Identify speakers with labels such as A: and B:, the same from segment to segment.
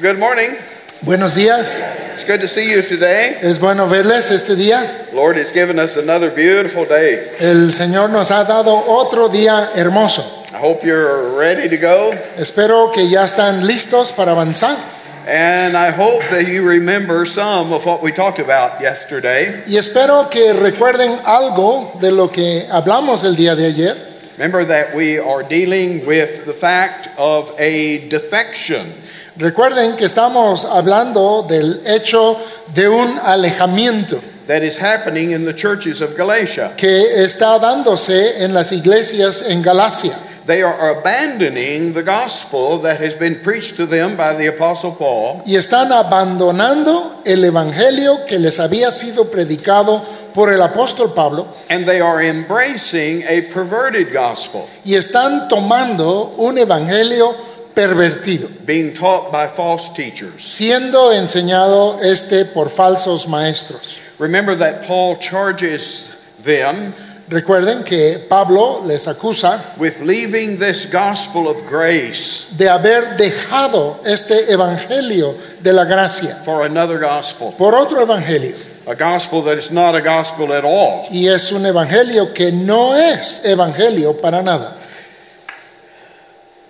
A: Good morning.
B: Buenos días.
A: It's good to see you today.
B: Es bueno verles este día.
A: Lord has given us another beautiful day.
B: El Señor nos ha dado otro día hermoso.
A: I hope you're ready to go,
B: Espero que ya están listos para avanzar.
A: and I hope that you remember some of what we talked about yesterday.
B: Y espero que recuerden algo de lo que hablamos el día de ayer.
A: Remember that we are dealing with the fact of a defection.
B: Recuerden que estamos hablando del hecho de un alejamiento
A: That is happening in the churches of Galatia.
B: que está dándose en las iglesias en Galacia.
A: They are abandoning the gospel that has been preached to them by the Apostle Paul,
B: Y están abandonando el evangelio que les había sido predicado por el apóstol Pablo
A: and they are embracing a perverted gospel
B: y están tomando un evangelio pervertido,
A: being taught by false teachers.
B: siendo enseñado este por falsos maestros.
A: Remember that Paul charges them
B: Recuerden que Pablo les acusa
A: with leaving this gospel of grace
B: de haber dejado este evangelio de la gracia
A: for another gospel,
B: por otro evangelio,
A: a gospel that is not a gospel at all.
B: y es un evangelio que no es evangelio para nada.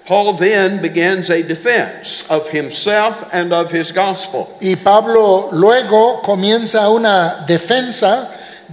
A: Paul then begins a defense of himself and of his gospel.
B: Y Pablo luego comienza una defensa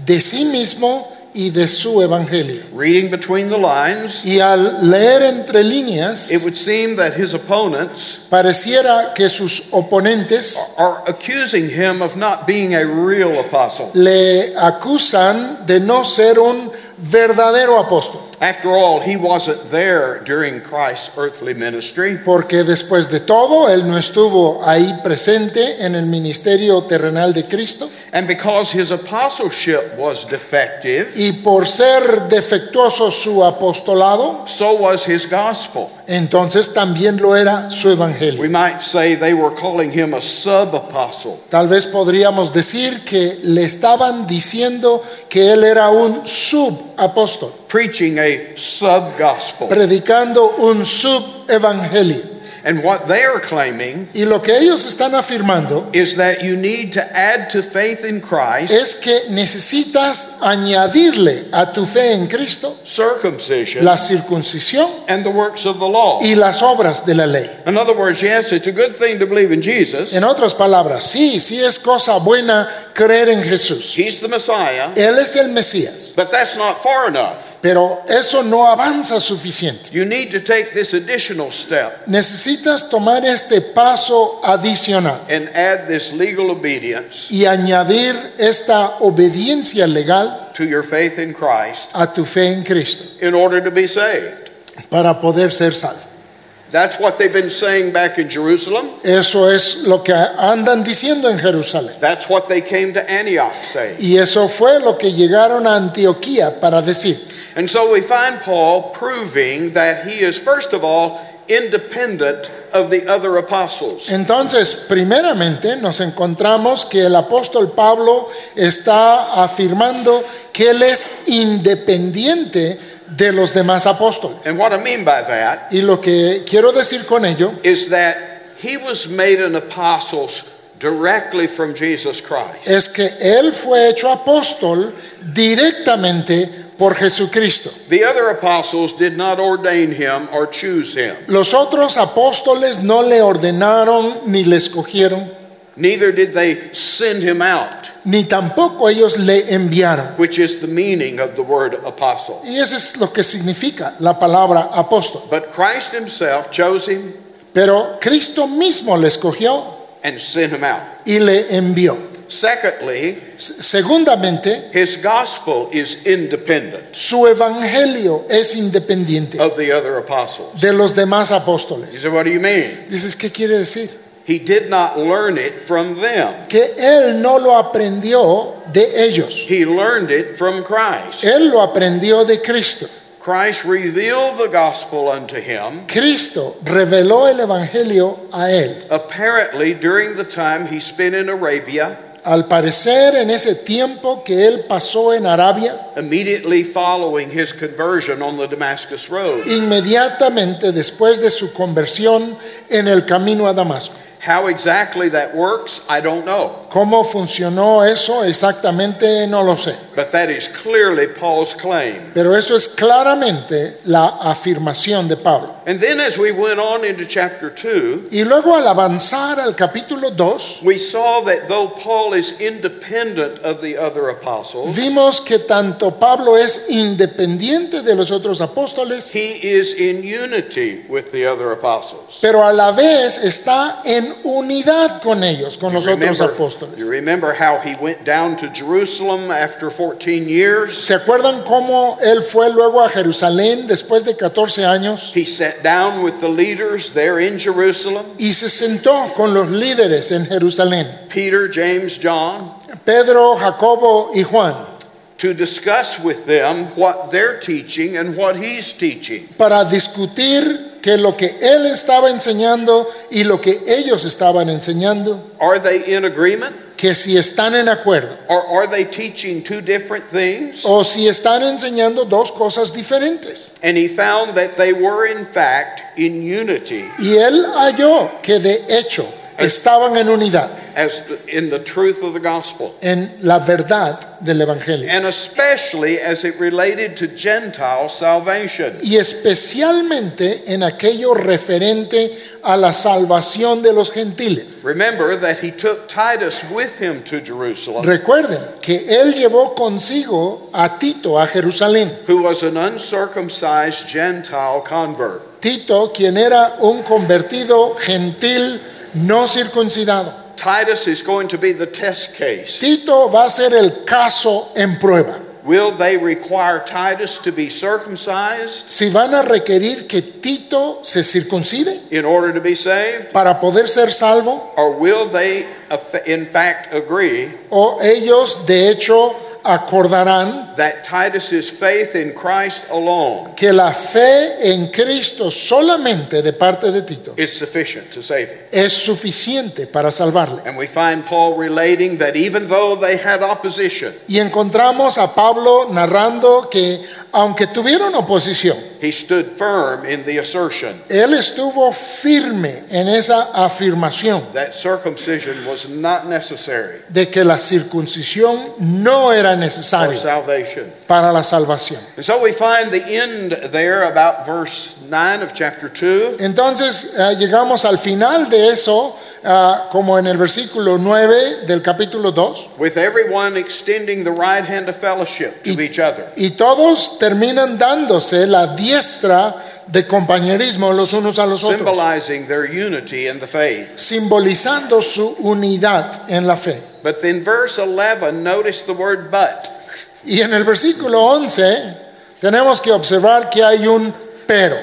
B: de sí mismo y de su evangelio.
A: Reading between the lines,
B: Y al leer entre líneas,
A: it would seem that his opponents
B: pareciera que sus oponentes
A: are accusing him of not being a real apostle.
B: le acusan de no ser un verdadero apóstol,
A: After all, he wasn't there during Christ's earthly ministry.
B: porque después de todo él no estuvo ahí presente en el ministerio terrenal de Cristo
A: And because his apostleship was defective,
B: y por ser defectuoso su apostolado,
A: so was his gospel.
B: entonces también lo era su
A: We
B: evangelio.
A: might say they were calling him a sub apostle.
B: Tal vez podríamos decir que le estaban diciendo que él era un subapóstol,
A: preaching a sub gospel.
B: predicando un subevangelio.
A: And what they are claiming
B: Y lo que ellos están afirmando
A: is that you need to add to faith in Christ
B: es que necesitas añadirle a tu fe en Cristo
A: circumcision
B: la circuncisión
A: and the works of the law.
B: y las obras de la ley.
A: In other words, yes, it's a good thing to believe in Jesus.
B: En otras palabras, sí, sí es cosa buena creer en Jesús.
A: He's the Messiah,
B: Él es el Mesías,
A: but that's not far enough.
B: pero eso no avanza suficiente.
A: You need to take this additional step
B: Necesitas tomar este paso adicional
A: and add this legal obedience
B: y añadir esta obediencia legal
A: to your faith in Christ
B: a tu fe en Cristo
A: in order to be saved.
B: para poder ser salvo.
A: That's what they've been saying back in Jerusalem.
B: Eso es lo que andan diciendo en Jerusalén.
A: That's what they came to Antioch saying.
B: Y eso fue lo que llegaron a Antioquía para decir.
A: And so we find Paul proving that he is, first of all, independent of the other apostles.
B: Entonces, primeramente nos encontramos que el apóstol Pablo está afirmando que él es independiente de los demás apóstoles.
A: And what I mean by that
B: Y lo que quiero decir con ello
A: is that he was made an apostle directly from Jesus Christ.
B: es que él fue hecho apóstol directamente por Jesucristo.
A: The other apostles did not ordain him or choose him,
B: Los otros apóstoles no le ordenaron ni le escogieron,
A: neither did they send him out,
B: ni tampoco ellos le enviaron.
A: which is the meaning of the word apostle.
B: Y eso es lo que significa la palabra apóstol.
A: But Christ himself chose him
B: Pero Cristo mismo le escogió
A: and sent him out.
B: y le envió.
A: Secondly,
B: S- Segundamente,
A: his gospel is independent
B: su evangelio es independiente
A: of the other apostles.
B: de los demás
A: You
B: apóstoles.
A: say, what do you mean?
B: Dices, ¿qué quiere decir?
A: He did not learn it from them.
B: Que él no lo aprendió de ellos.
A: He learned it from Christ.
B: Él lo aprendió de Cristo.
A: Christ revealed the gospel unto him,
B: Cristo reveló el evangelio a él.
A: apparently during the time he spent in Arabia,
B: Al parecer, en ese tiempo que él pasó en Arabia,
A: immediately following his conversion on the Damascus Road.
B: inmediatamente después de su conversión en el camino a Damasco.
A: How exactly that works, I don't know.
B: ¿Cómo funcionó eso exactamente? No lo sé.
A: But that is clearly Paul's claim.
B: Pero eso es claramente la afirmación de Pablo.
A: And then as we went on into chapter 2,
B: Y luego al avanzar al capítulo 2,
A: we saw that though Paul is independent of the other apostles,
B: vimos que tanto Pablo es independiente de los otros apóstoles,
A: he is in unity with the other apostles.
B: pero a la vez está en unidad con ellos, con los otros
A: Remember, you
B: apóstoles.
A: remember how he went down to Jerusalem after 14 years?
B: ¿Se acuerdan cómo él fue luego a Jerusalén después de 14 años
A: He sat down with the leaders there in Jerusalem
B: y se sentó con los líderes en Jerusalén,
A: Peter, James, John
B: Pedro, Jacobo y Juan,
A: to discuss with them what they're teaching and what he's teaching.
B: para discutir que lo que él estaba enseñando y lo que ellos estaban enseñando,
A: Are they in agreement?
B: que si están en acuerdo.
A: Or are they teaching two different things?
B: o si están enseñando dos cosas diferentes.
A: And he found that they were, in fact, in unity
B: Y él halló que de hecho estaban en unidad
A: as the, in the truth of the gospel,
B: en la verdad del Evangelio.
A: and especially as it related to Gentile salvation.
B: Y especialmente en aquello referente a la salvación de los gentiles.
A: Remember that he took Titus with him to Jerusalem,
B: Recuerden que él llevó consigo a Tito a Jerusalén.
A: who was an uncircumcised Gentile convert.
B: Tito, quien era un convertido gentil no circuncidado.
A: Titus is going to be the test case.
B: Tito va a ser el caso en prueba.
A: Will they require Titus to be circumcised
B: si van a requerir que Tito se circuncide
A: in order to be saved?
B: para poder ser salvo
A: Or will they, aff- in fact, agree
B: o ellos de hecho acordarán
A: that Titus's faith in Christ alone
B: que la fe en Cristo solamente de parte de Tito
A: is sufficient to save him?
B: es suficiente para salvarle.
A: And we find Paul relating that even though they had opposition,
B: Y encontramos a Pablo narrando que aunque tuvieron oposición,
A: he stood firm in the assertion
B: él estuvo firme en esa afirmación
A: that circumcision was not necessary
B: de que la circuncisión no era
A: for
B: necesaria
A: salvation.
B: para la salvación.
A: And so we find the end there about verse 9 of chapter 2.
B: Entonces eh, llegamos al final de eso, ah, como en el versículo 9 del capítulo 2,
A: with everyone extending the right hand of fellowship to each other,
B: y todos terminan dándose la diestra de compañerismo los unos a los otros,
A: symbolizing their unity in the faith.
B: simbolizando su unidad en la fe.
A: But in verse 11, notice the word but.
B: Y en el versículo 11 tenemos que observar que hay un pero.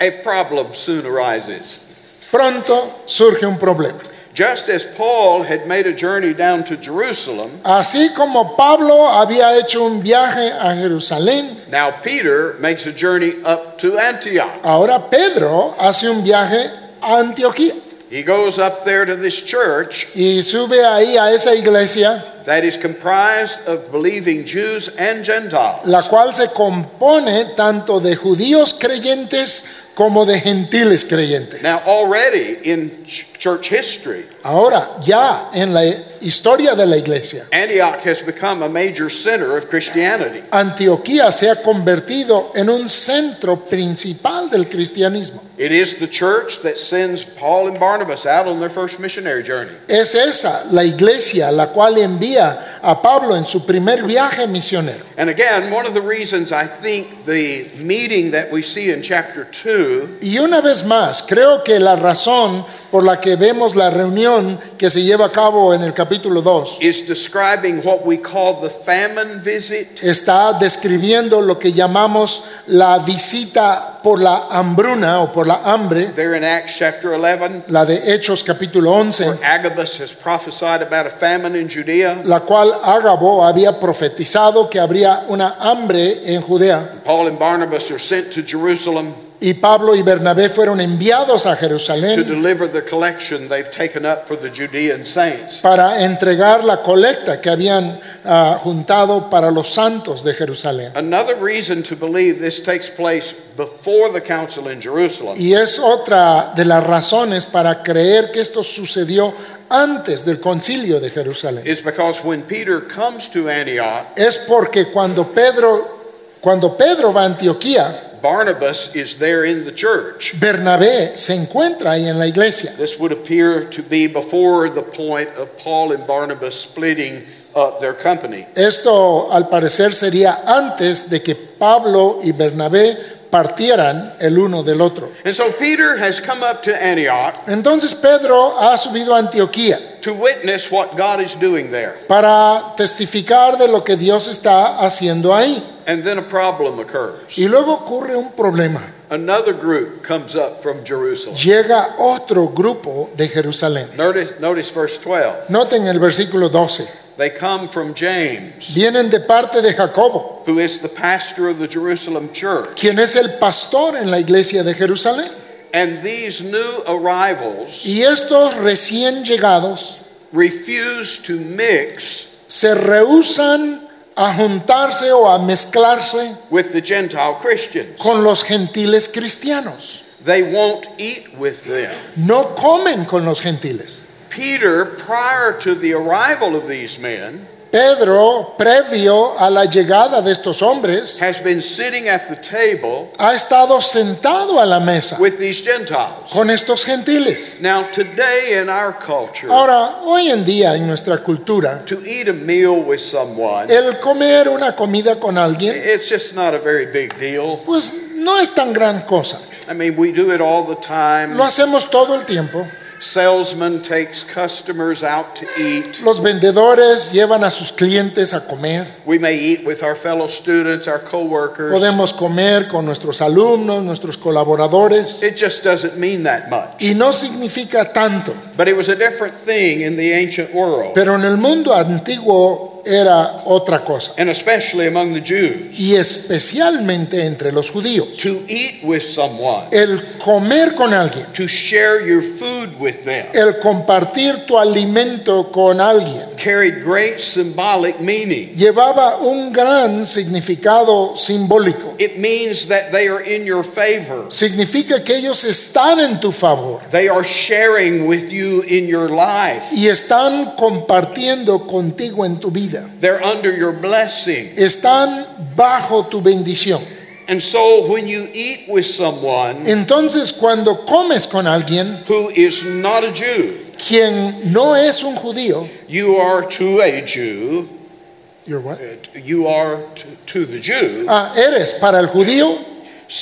A: A problem soon arises.
B: Pronto surge un problema.
A: Just as Paul had made a journey down to Jerusalem,
B: Así como Pablo había hecho un viaje a Jerusalén,
A: now Peter makes a journey up to Antioch.
B: Ahora Pedro hace un viaje a Antioquía
A: He goes up there to this church
B: y sube ahí a esa iglesia,
A: that is comprised of believing Jews and Gentiles.
B: la cual se compone tanto de judíos creyentes como de gentiles creyentes.
A: Now, already in ch- church history,
B: Ahora, ya en la historia de la iglesia,
A: Antioch has become a major center of Christianity.
B: Antioquía se ha convertido en un centro principal del cristianismo.
A: It is the church that sends Paul and Barnabas out on their first missionary journey.
B: Es esa la iglesia la cual envía a Pablo en su primer viaje misionero.
A: And again, one of the reasons I think the meeting that we see in chapter 2
B: Y una vez más, creo que la razón por la que vemos la reunión que se lleva a cabo en el capítulo 2
A: is describing what we call the famine visit.
B: está describiendo lo que llamamos la visita por la hambruna o por la hambre,
A: There in Acts chapter 11,
B: la de Hechos capítulo
A: where
B: 11,
A: Agabus has prophesied about a famine in Judea.
B: la cual Ágabo había profetizado que habría una hambre en Judea
A: Paul and Barnabas are sent to Jerusalem
B: y Pablo y Bernabé fueron enviados a
A: to
B: Jerusalén
A: deliver the collection they've taken up for the Judean saints.
B: para entregar la colecta que habían ah, ah, juntado para los santos de Jerusalén.
A: Another reason to believe this takes place before the council in Jerusalem
B: Y es otra de las razones para creer que esto sucedió antes del concilio de Jerusalén.
A: is because when Peter comes to Antioch,
B: Es porque cuando Pedro, cuando Pedro va a Antioquía,
A: Barnabas is there in the church.
B: Bernabé se encuentra ahí en la iglesia.
A: This would appear to be before the point of Paul and Barnabas splitting up their company.
B: Esto al parecer sería antes de que Pablo y Bernabé partieran el uno del otro.
A: And so Peter has come up to Antioch
B: Entonces Pedro ha subido a Antioquía
A: to witness what God is doing there.
B: para testificar de lo que Dios está haciendo ahí.
A: And then a problem occurs.
B: Y luego ocurre un problema.
A: Another group comes up from Jerusalem.
B: Llega otro grupo de Jerusalén.
A: Notice, notice verse 12.
B: Noten el versículo 12.
A: They come from James,
B: Vienen de parte de Jacobo,
A: who is the pastor of the Jerusalem church.
B: quien es el pastor en la iglesia de Jerusalén.
A: And these new arrivals
B: Y estos recién llegados
A: refuse to mix
B: se rehúsan a juntarse o a mezclarse
A: with the Gentile Christians.
B: con los gentiles cristianos.
A: They won't eat with them.
B: No comen con los gentiles.
A: Peter, prior to the arrival of these men,
B: Pedro, previo a la llegada de estos hombres,
A: has been sitting at the table
B: ha estado sentado a la mesa
A: with these Gentiles.
B: con estos gentiles.
A: Now, today in our culture,
B: Ahora, hoy en día en nuestra cultura,
A: to eat a meal with someone,
B: el comer una comida con alguien,
A: it's just not a very big deal.
B: pues no es tan gran cosa.
A: I mean, we do it all the
B: Lo
A: time.
B: hacemos todo el tiempo.
A: Salesman takes customers out to eat.
B: Los vendedores llevan a sus clientes a comer.
A: We may eat with our fellow students, our coworkers.
B: Podemos comer con nuestros alumnos, nuestros colaboradores.
A: It just doesn't mean that much.
B: Y no significa tanto.
A: But it was a different thing in the ancient world,
B: Pero en el mundo antiguo era otra cosa.
A: and especially among the Jews.
B: Y especialmente entre los judíos.
A: To eat with someone,
B: El comer con alguien,
A: to share your food with them,
B: el compartir tu alimento con alguien,
A: carried great symbolic meaning.
B: llevaba un gran significado simbólico.
A: It means that they are in your favor.
B: Significa que ellos están en tu favor
A: They are sharing with you in your life.
B: y están compartiendo contigo en tu vida.
A: They're under your blessing.
B: Están bajo tu bendición.
A: And so when you eat with someone
B: Entonces cuando comes con alguien
A: who is not a Jew,
B: quien no es un judío,
A: you are to a Jew,
B: you're what?
A: you are to, to the Jew,
B: Ah, eres para el judío,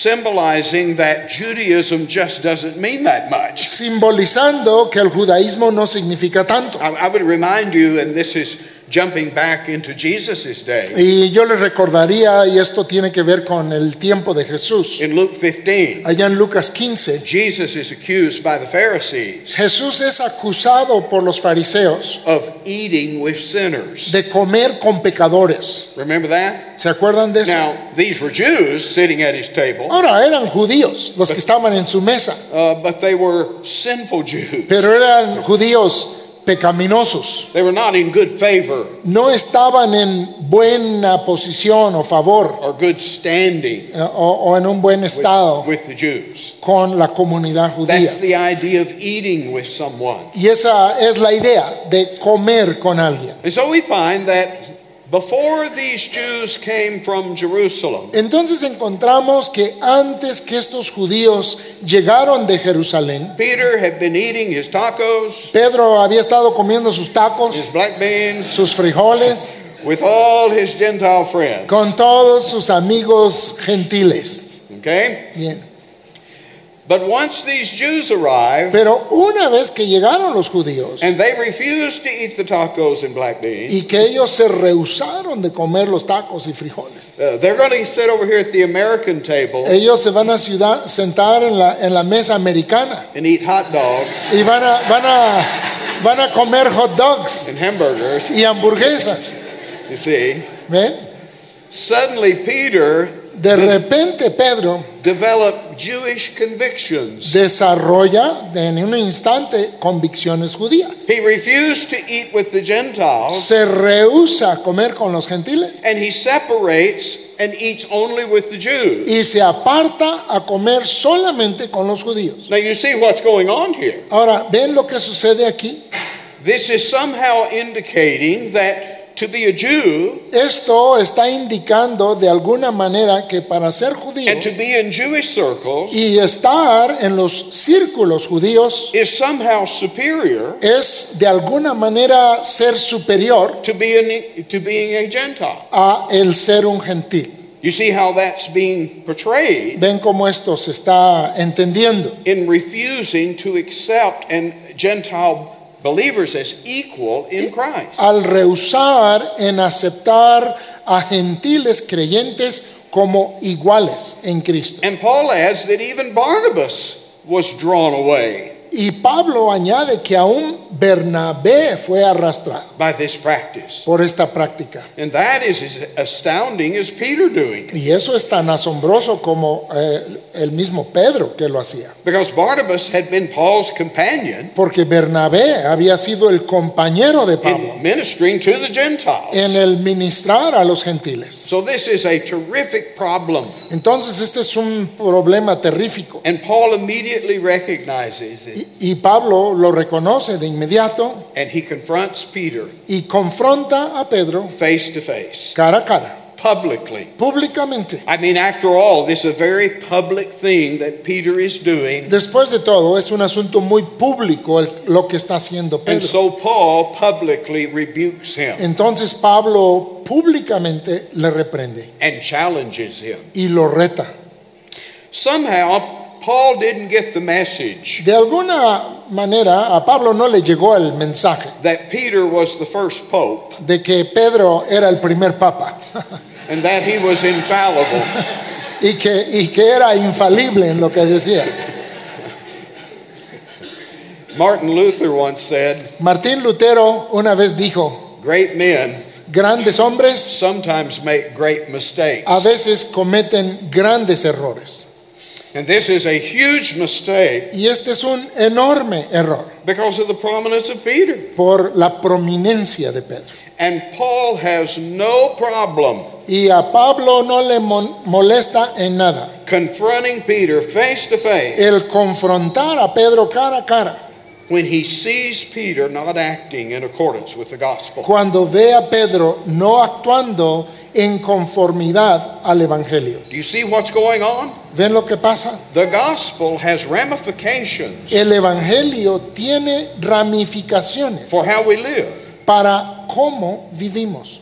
A: symbolizing that Judaism just doesn't mean that much.
B: simbolizando que el judaísmo no significa tanto.
A: I, I would remind you, and this is jumping back into Jesus' day,
B: Y yo les recordaría, y esto tiene que ver con el tiempo de Jesús,
A: in Luke 15,
B: allá en Lucas 15,
A: Jesus is accused by the Pharisees
B: Jesús es acusado por los fariseos
A: of eating with sinners.
B: de comer con pecadores.
A: Remember that?
B: ¿Se acuerdan de eso?
A: Now, these were Jews sitting at his table,
B: Ahora eran judíos los que estaban en su mesa,
A: uh, but they were sinful Jews.
B: pero eran judíos pecaminosos.
A: They were not in good favor
B: No estaban en buena posición o favor
A: or good standing
B: eh, o, o en un buen estado
A: with, with the Jews.
B: con la comunidad judía.
A: That's the idea of eating with someone.
B: Y esa es la idea de comer con alguien.
A: And so we find that before these Jews came from Jerusalem,
B: Entonces encontramos que antes que estos judíos llegaron de Jerusalén,
A: Peter had been eating his tacos,
B: Pedro había estado comiendo sus tacos,
A: his black beans,
B: sus frijoles,
A: with all his Gentile friends.
B: con todos sus amigos gentiles.
A: Okay?
B: Bien.
A: But once these Jews arrived,
B: Pero una vez que llegaron los judíos
A: and they refused to eat the tacos and black beans,
B: y que ellos se rehusaron de comer los tacos y frijoles,
A: uh, they're going to sit over here at the American table
B: ellos se van a ciudad, sentar en la, en la mesa americana
A: and eat hot dogs
B: y van a, van a, van a comer hot dogs
A: and hamburgers,
B: y hamburguesas.
A: you see.
B: ¿Ven?
A: Suddenly, Peter
B: De repente Pedro
A: developed develop Jewish convictions.
B: desarrolla en un instante convicciones judías.
A: He refused to eat with the Gentiles,
B: Se rehúsa a comer con los gentiles
A: and he separates and eats only with the Jews.
B: y se aparta a comer solamente con los judíos.
A: Now you see what's going on here.
B: Ahora, ¿ven lo que sucede aquí?
A: This is somehow indicating that to be a Jew
B: Esto está indicando de alguna manera que para ser judío
A: and to be in Jewish circles
B: y estar en los círculos judíos
A: is somehow superior
B: es de alguna manera ser superior
A: to being, to being a Gentile.
B: a el ser un gentil.
A: You see how that's being portrayed
B: Ven cómo esto se está entendiendo.
A: in refusing to accept and Gentile believers as equal in Christ.
B: Al rehusar en aceptar a gentiles creyentes como iguales en Cristo.
A: And Paul adds that even Barnabas was drawn away
B: Y Pablo añade que aún Bernabé fue arrastrado
A: by this practice.
B: por esta práctica.
A: And that is as astounding as Peter doing it.
B: Y eso es tan asombroso como eh, el mismo Pedro que lo hacía.
A: Because Barnabas had been Paul's companion
B: Porque Bernabé había sido el compañero de Pablo
A: in ministering to the Gentiles.
B: en el ministrar a los gentiles.
A: So this is a terrific problem.
B: Entonces este es un problema terrífico.
A: And Paul immediately recognizes it
B: Y, y Pablo lo reconoce de inmediato
A: and he confronts Peter
B: y confronta a Pedro
A: face to face,
B: cara a cara,
A: publicly.
B: públicamente.
A: I mean, after all, this is a very public thing that Peter is doing.
B: Después de todo, es un asunto muy público el- lo que está haciendo
A: And
B: Pedro.
A: so Paul publicly rebukes him
B: Entonces Pablo públicamente le reprende
A: and challenges him.
B: y lo reta.
A: Somehow, Paul didn't get the message
B: De alguna manera a Pablo no le llegó el mensaje
A: that Peter was the first pope
B: de que Pedro era el primer papa
A: and that he was infallible.
B: y que, y que era infalible en lo que decía.
A: Martin Luther once said,
B: Martín Lutero una vez dijo,
A: Great men
B: grandes hombres
A: sometimes make great mistakes.
B: a veces cometen grandes errores.
A: And this is a huge mistake
B: Y este es un enorme error
A: because of the prominence of Peter.
B: por la prominencia de Pedro.
A: And Paul has no problem
B: Y a Pablo no le mon- molesta en nada
A: confronting Peter face to face
B: el confrontar a Pedro cara a cara.
A: when he sees Peter not acting in accordance with the gospel.
B: Cuando ve a Pedro no actuando en conformidad al Evangelio.
A: Do you see what's going on?
B: ¿Ven lo que pasa?
A: The gospel has ramifications
B: El Evangelio tiene ramificaciones
A: for how we live.
B: para cómo vivimos.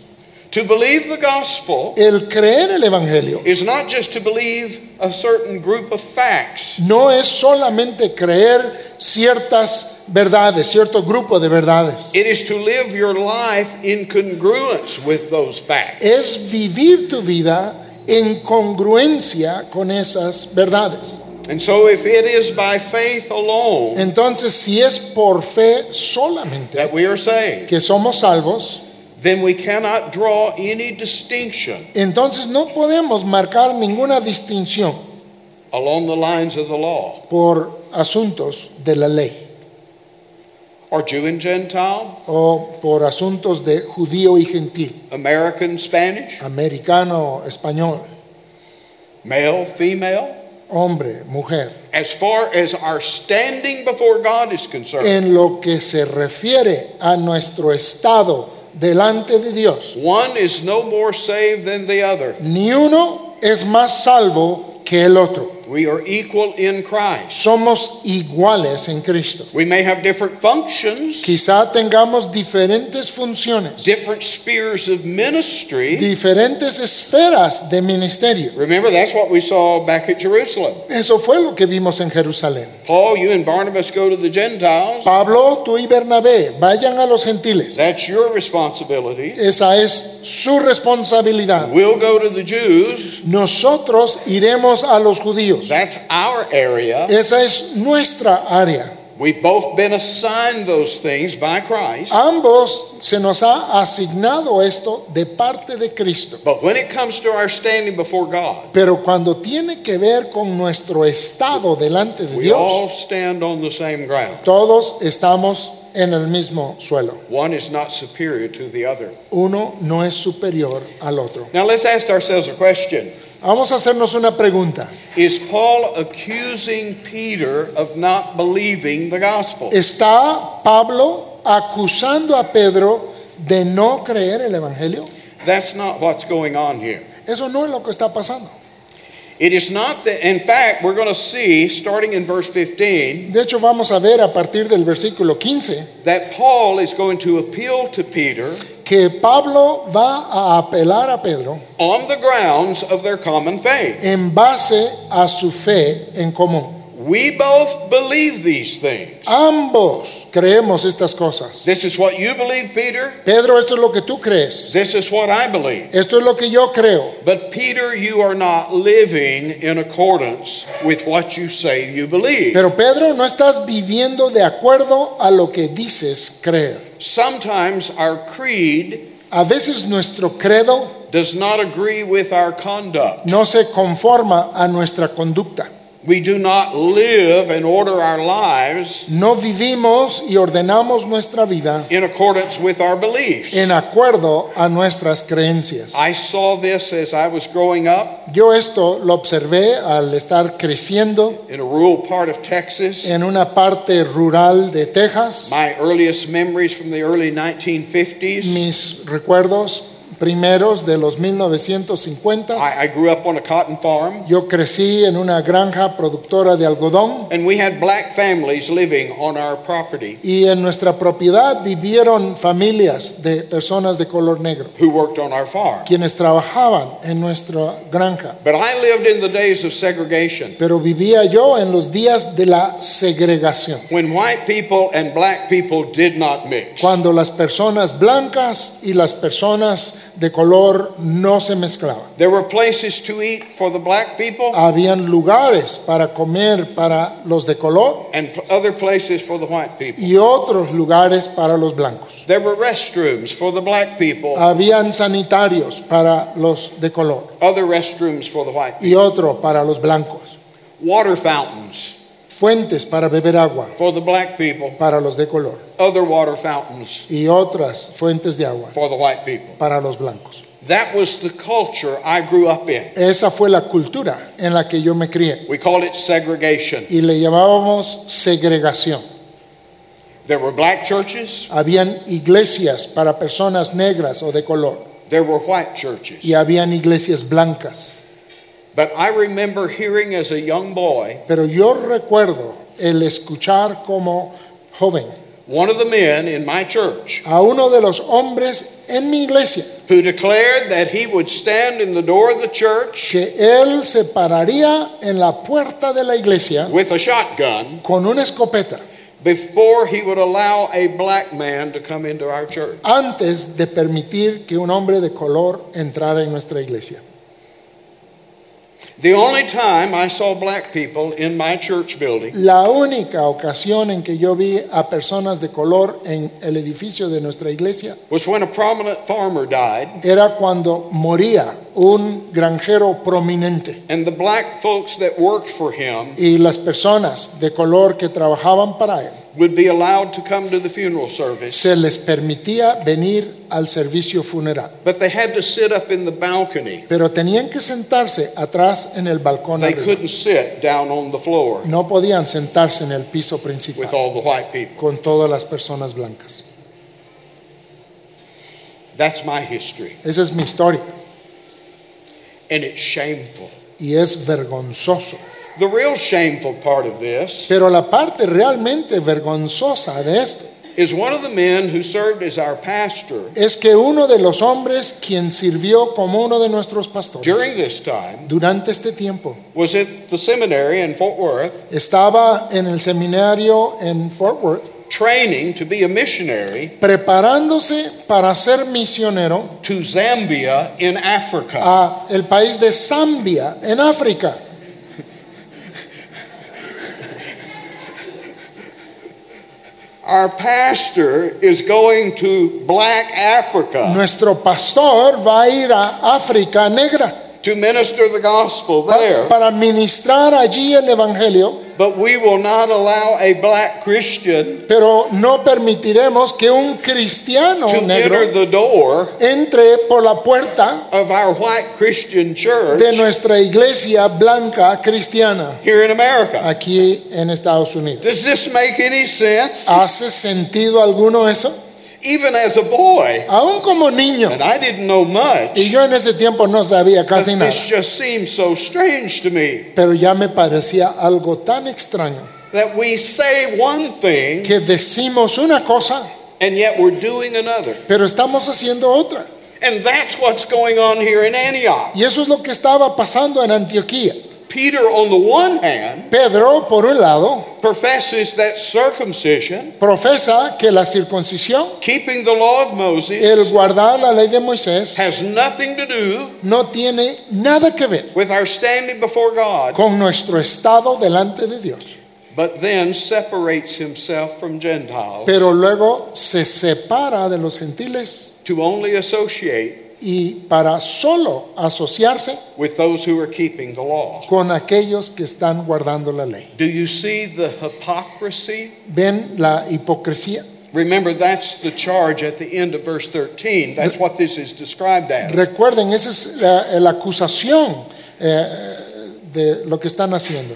A: To believe the gospel
B: El creer el Evangelio
A: is not just to believe a certain group of facts.
B: no es solamente creer ciertas verdades, cierto grupo de verdades.
A: It is to live your life in congruence with those facts.
B: Es vivir tu vida en congruencia con esas verdades.
A: And so if it is by faith alone
B: Entonces, si es por fe solamente
A: that we are saved,
B: que somos salvos,
A: then we cannot draw any distinction
B: entonces no podemos marcar ninguna distinción
A: along the lines of the law.
B: por asuntos de la ley
A: Or Jew and Gentile,
B: o por asuntos de judío y gentil,
A: American, Spanish,
B: americano, español,
A: male, female.
B: hombre, mujer.
A: As far as our standing before God is concerned,
B: en lo que se refiere a nuestro estado delante de Dios.
A: one is no more saved than the other.
B: Ni uno es más salvo que el otro.
A: We are equal in Christ.
B: Somos iguales en Cristo.
A: We may have different functions,
B: Quizá tengamos diferentes funciones,
A: different spheres of ministry.
B: diferentes esferas de ministerio.
A: Remember, that's what we saw back at Jerusalem.
B: Eso fue lo que vimos en Jerusalén.
A: Paul, you and Barnabas go to the Gentiles.
B: Pablo, tú y Bernabé, vayan a los gentiles.
A: That's your responsibility.
B: Esa es su responsabilidad.
A: We'll go to the Jews.
B: Nosotros iremos a los judíos.
A: That's our area.
B: Esa es nuestra área.
A: We've both been assigned those things by Christ.
B: Ambos se nos ha asignado esto de parte de Cristo.
A: But when it comes to our standing before God,
B: Pero cuando tiene que ver con nuestro estado delante de
A: we
B: Dios,
A: all stand on the same ground.
B: todos estamos en el mismo suelo.
A: One is not superior to the other.
B: Uno no es superior al otro.
A: Now let's ask ourselves a question.
B: Vamos a hacernos una pregunta.
A: Is Paul accusing Peter of not believing the gospel?
B: ¿Está Pablo acusando a Pedro de no creer el Evangelio?
A: That's not what's going on here.
B: Eso no es lo que está pasando.
A: It is not that, in fact, we're going to see, starting in verse 15,
B: De hecho, vamos a ver a partir del versículo 15
A: that Paul is going to appeal to Peter
B: que Pablo va a apelar a Pedro
A: on the grounds of their common faith.
B: en base a su fe en común.
A: We both believe these things.
B: Ambos creemos estas cosas.
A: This is what you believe, Peter.
B: Pedro, esto es lo que tú crees.
A: This is what I believe.
B: Esto es lo que yo creo.
A: But, Peter, you are not living in accordance with what you say you believe.
B: Pero Pedro, no estás viviendo de acuerdo a lo que dices creer.
A: Sometimes our creed
B: A veces nuestro credo
A: does not agree with our conduct.
B: no se conforma a nuestra conducta.
A: We do not live and order our lives
B: No vivimos y ordenamos nuestra vida
A: in accordance with our beliefs.
B: en acuerdo a nuestras creencias.
A: I saw this as I was growing up
B: Yo esto lo observé al estar creciendo
A: in a rural part of Texas.
B: en una parte rural de Texas.
A: My earliest memories from the early 1950s.
B: Mis recuerdos primeros de los 1950s.
A: I, I grew up on a cotton farm,
B: Yo crecí en una granja productora de algodón
A: and we had black families living on our property
B: y en nuestra propiedad vivieron familias de personas de color negro
A: who worked on our farm.
B: quienes trabajaban en nuestra granja.
A: But I lived in the days of segregation
B: Pero vivía yo en los días de la segregación,
A: when white people and black people did not mix.
B: cuando las personas blancas y las personas de color no se mezclaban.
A: There were places to eat for the black people
B: Habían lugares para comer para los de color
A: and p- other places for the white people.
B: y otros lugares para los blancos.
A: There were restrooms for the black people,
B: Habían sanitarios para los de color
A: other restrooms for the white people,
B: y otro para los blancos.
A: water fountains
B: Fuentes para beber agua
A: for the black people,
B: para los de color
A: other water fountains
B: y otras fuentes de agua
A: for the white people.
B: para los blancos.
A: That was the culture I grew up in.
B: Esa fue la cultura en la que yo me crié.
A: We called it segregation.
B: y le llamábamos segregación.
A: There were black churches,
B: Habían iglesias para personas negras o de color
A: there were white churches.
B: y habían iglesias blancas.
A: But I remember hearing as a young boy,
B: Pero yo recuerdo el escuchar como joven
A: one of the men in my church
B: a uno de los hombres en mi iglesia
A: who declared that he would stand in the door of the church
B: que él se pararía en la puerta de la iglesia
A: with a shotgun
B: con una escopeta
A: before he would allow a black man to come into our church.
B: antes de permitir que un hombre de color entrara en nuestra iglesia.
A: The only time I saw black people in my church building
B: La única ocasión en que yo vi a personas de color en el edificio de nuestra iglesia
A: was when a prominent farmer died,
B: era cuando moría un granjero prominente
A: and the black folks that worked for him
B: y las personas de color que trabajaban para él
A: would be allowed to come to the funeral service.
B: se les permitía venir al servicio funeral,
A: But they had to sit up in the balcony.
B: pero tenían que sentarse atrás en el balcón
A: They
B: arriba.
A: couldn't sit down on the floor
B: No podían sentarse en el piso
A: with
B: principal
A: all the white people.
B: con todas las personas blancas.
A: That's my history.
B: Esa es mi historia
A: And it's shameful.
B: y es vergonzoso.
A: The real shameful part of this
B: Pero la parte realmente vergonzosa de esto
A: is one of the men who served as our pastor
B: es que uno de los hombres quien sirvió como uno de nuestros pastores
A: during this time
B: durante este tiempo
A: was at the seminary in Fort Worth
B: estaba en el seminario en Fort Worth
A: training to be a missionary
B: preparándose para ser misionero
A: to Zambia in Africa.
B: a el país de Zambia en África.
A: Our pastor is going to black Africa
B: Nuestro pastor va a ir a África Negra
A: to minister the gospel
B: pa-
A: there,
B: para ministrar allí el Evangelio,
A: but we will not allow a black Christian
B: pero no permitiremos que un cristiano
A: to enter
B: negro
A: the door
B: entre por la puerta
A: of our white Christian
B: de
A: church
B: nuestra iglesia blanca cristiana
A: here in America.
B: aquí en Estados Unidos.
A: Does this make any sense?
B: ¿Hace sentido alguno eso?
A: Even as a boy,
B: Aún como niño,
A: and I didn't know
B: y
A: much,
B: yo en ese tiempo no sabía
A: but
B: casi nada,
A: this just seems so strange to me
B: pero ya me parecía algo tan extraño
A: that we say one thing
B: que decimos una cosa,
A: and yet we're doing another.
B: pero estamos haciendo otra.
A: And that's what's going on here in Antioch.
B: Y eso es lo que estaba pasando en Antioquía.
A: Peter, on the one hand,
B: Pedro, por un lado,
A: professes that circumcision,
B: profesa que la circuncisión,
A: keeping the law of
B: el
A: Moses,
B: guardar la ley de Moisés,
A: has nothing to do
B: no tiene nada que ver
A: with our standing before God,
B: con nuestro estado delante de Dios.
A: but then separates himself from Gentiles
B: Pero luego se separa de los gentiles
A: to only associate
B: y para solo asociarse
A: with those who are keeping the law.
B: con aquellos que están guardando la ley.
A: Do you see the hypocrisy?
B: ¿Ven la hipocresía?
A: Remember, that's the charge at the end of verse 13. That's what this is described as.
B: Recuerden, esa es la, la acusación eh, de lo que están haciendo.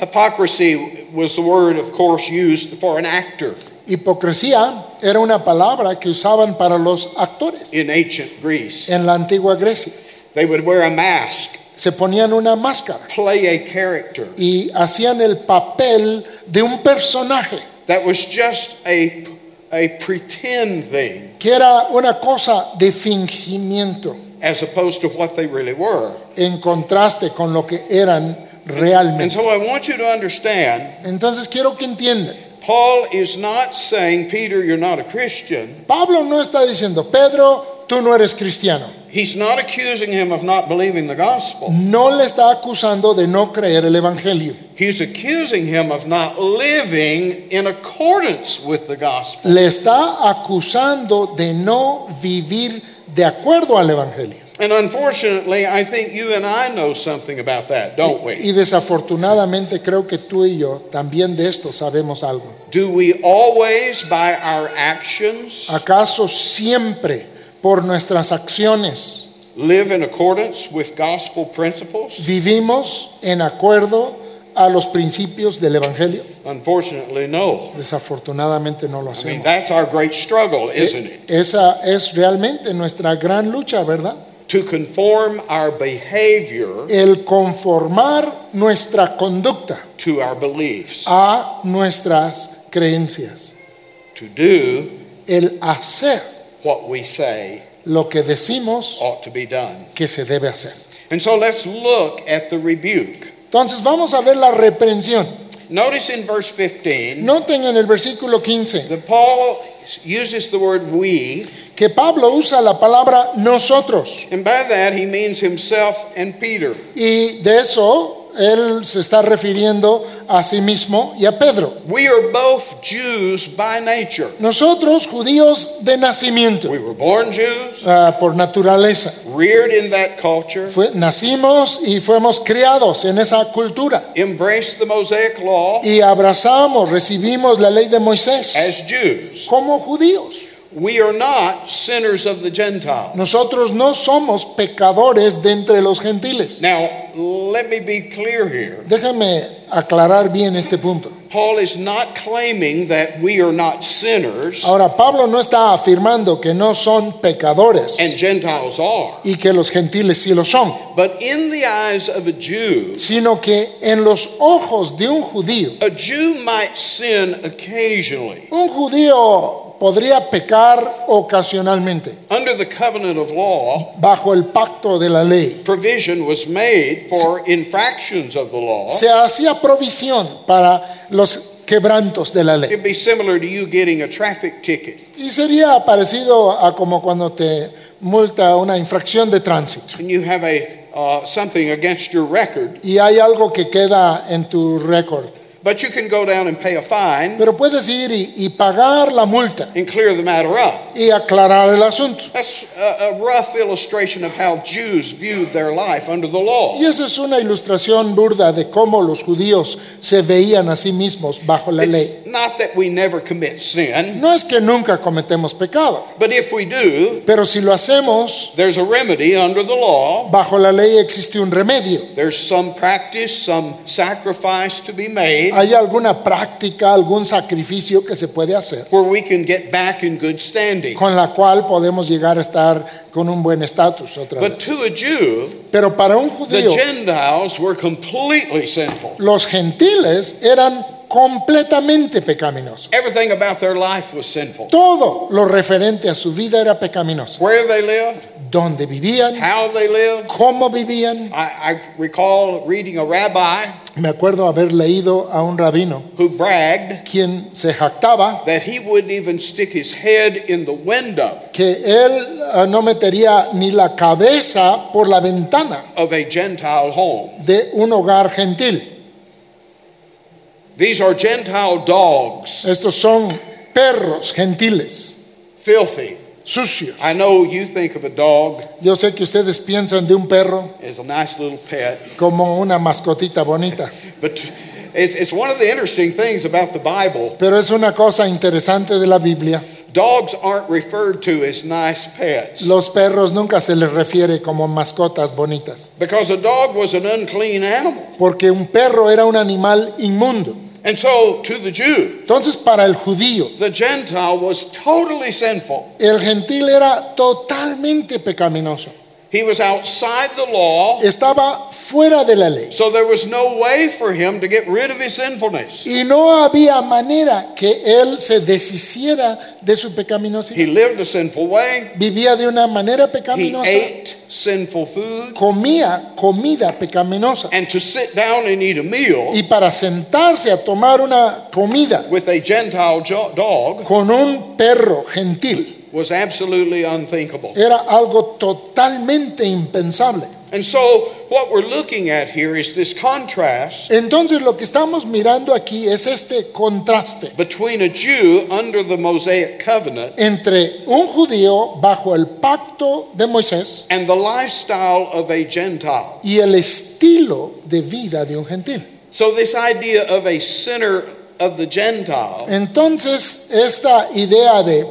A: Hypocrisy was the word, of course, used for an actor
B: Hipocresía era una palabra que usaban para los actores
A: in ancient Greece.
B: en la antigua Grecia.
A: They would wear a mask,
B: Se ponían una máscara
A: play a character.
B: y hacían el papel de un personaje
A: That was just a, a pretend thing
B: que era una cosa de fingimiento
A: as opposed to what they really were.
B: en contraste con lo que eran
A: And
B: realmente.
A: so I want you to understand
B: Entonces quiero que entiendan.
A: Paul is not saying, Peter, you're not a Christian.
B: Pablo no está diciendo, Pedro, tú no eres cristiano.
A: He's not accusing him of not believing the gospel.
B: No le está acusando de no creer el Evangelio.
A: He's accusing him of not living in accordance with the gospel.
B: Le está acusando de no vivir de acuerdo al Evangelio.
A: And unfortunately, I think you and I know something about that, don't we?
B: Y desafortunadamente creo que tú y yo también de esto sabemos algo.
A: Do we always, by our actions,
B: ¿Acaso siempre por nuestras acciones
A: live in accordance with gospel principles?
B: vivimos en acuerdo a los principios del Evangelio?
A: Unfortunately, no.
B: Desafortunadamente no lo
A: I mean,
B: hacemos.
A: that's our great struggle, isn't it?
B: Esa es realmente nuestra gran lucha, ¿verdad?
A: To conform our behavior
B: El conformar nuestra conducta
A: to our beliefs,
B: a nuestras creencias,
A: to do
B: el hacer
A: what we say
B: lo que decimos
A: ought to be done.
B: que se debe hacer.
A: And so let's look at the rebuke.
B: Entonces vamos a ver la reprensión.
A: Notice in verse 15
B: Noten en el versículo 15
A: that Paul uses the word we,
B: que Pablo usa la palabra nosotros
A: and by that he means himself and Peter.
B: y de eso él se está refiriendo a sí mismo y a Pedro.
A: We are both Jews by nature.
B: Nosotros judíos de nacimiento,
A: We were born Jews,
B: ah, por naturaleza,
A: reared in that culture,
B: Fue- nacimos y fuimos criados en esa cultura
A: embraced the Mosaic law
B: y abrazamos, recibimos la ley de Moisés.
A: as Jews.
B: como judíos.
A: We are not sinners of the Gentiles.
B: Nosotros no somos pecadores de entre los gentiles.
A: Now, let me be clear here.
B: Déjame aclarar bien este punto.
A: Paul is not claiming that we are not sinners
B: Ahora, Pablo no está afirmando que no son pecadores
A: and Gentiles are,
B: y que los gentiles sí lo son,
A: but in the eyes of a Jew,
B: sino que en los ojos de un judío,
A: a Jew might sin occasionally.
B: un judío podría pecar ocasionalmente.
A: Under the covenant of law,
B: Bajo el pacto de la ley
A: provision was made for infractions of the law.
B: se hacía provisión para los quebrantos de la ley.
A: It'd be similar to you getting a traffic ticket
B: Y sería parecido a como cuando te multa una infracción de tránsito
A: and you have a uh, something against your record.
B: y hay algo que queda en tu récord.
A: But you can go down and pay a fine
B: Pero puedes ir y, y pagar la multa
A: and clear the matter up.
B: y aclarar el asunto.
A: That's a, a rough illustration of how Jews viewed their life under the
B: Y
A: law.
B: esa es una ilustración burda de cómo los judíos se veían a sí mismos bajo la ley.
A: It's not that we never commit sin,
B: No es que nunca cometemos pecado,
A: but if we do,
B: pero si lo hacemos,
A: there's a remedy under the law.
B: bajo la ley existe un remedio.
A: There's some practice, some sacrifice to be made
B: ¿Hay alguna práctica, algún sacrificio que se puede hacer
A: where we can get back in good standing.
B: con la cual podemos llegar a estar con un buen estatus otra
A: But
B: vez?
A: to a Jew,
B: Pero para un
A: the
B: judío,
A: Gentiles were completely sinful.
B: los gentiles eran completamente pecaminosos.
A: Everything about their life was sinful.
B: Todo lo referente a su vida era pecaminoso.
A: Where they lived,
B: Donde vivían,
A: how they lived.
B: cómo vivían.
A: I, I recall reading a rabbi
B: Me acuerdo haber leído a un rabino
A: who bragged
B: quien se jactaba
A: that he wouldn't even stick his head in the window
B: que él ah, no metería ni la cabeza por la ventana
A: of a Gentile home.
B: de un hogar gentil.
A: These are Gentile dogs,
B: Estos son perros gentiles,
A: filthy.
B: sucios.
A: I know you think of a dog
B: Yo sé que ustedes piensan de un perro
A: as a nice little pet,
B: como una mascotita bonita,
A: but it's, it's one of the interesting things about the Bible.
B: pero es una cosa interesante de la Biblia.
A: Dogs aren't referred to as nice pets
B: Los perros nunca se les refiere como mascotas bonitas,
A: because a dog was an unclean animal.
B: porque un perro era un animal inmundo.
A: And so, to the Jew,
B: Entonces, para el judío,
A: the Gentile was totally sinful.
B: el gentil era totalmente pecaminoso.
A: He was outside the law,
B: Estaba fuera de la ley.
A: so there was no way for him to get rid of his sinfulness.
B: Y no había manera que él se deshiciera de su pecaminosidad.
A: He lived a sinful way,
B: vivía de una manera
A: he
B: pecaminosa,
A: ate sinful food,
B: comía comida pecaminosa.
A: and to sit down and eat a meal
B: Y para sentarse a tomar una comida
A: with a Gentile jo- dog
B: con un perro gentil
A: was absolutely unthinkable.
B: era algo totalmente impensable.
A: And so, what we're looking at here is this contrast
B: Entonces lo que estamos mirando aquí es este contraste
A: between a Jew under the Mosaic covenant
B: entre un judío bajo el pacto de Moisés
A: and the lifestyle of a Gentile.
B: y el estilo de vida de un gentil.
A: So, this idea of a sinner of the Gentile,
B: Entonces esta idea de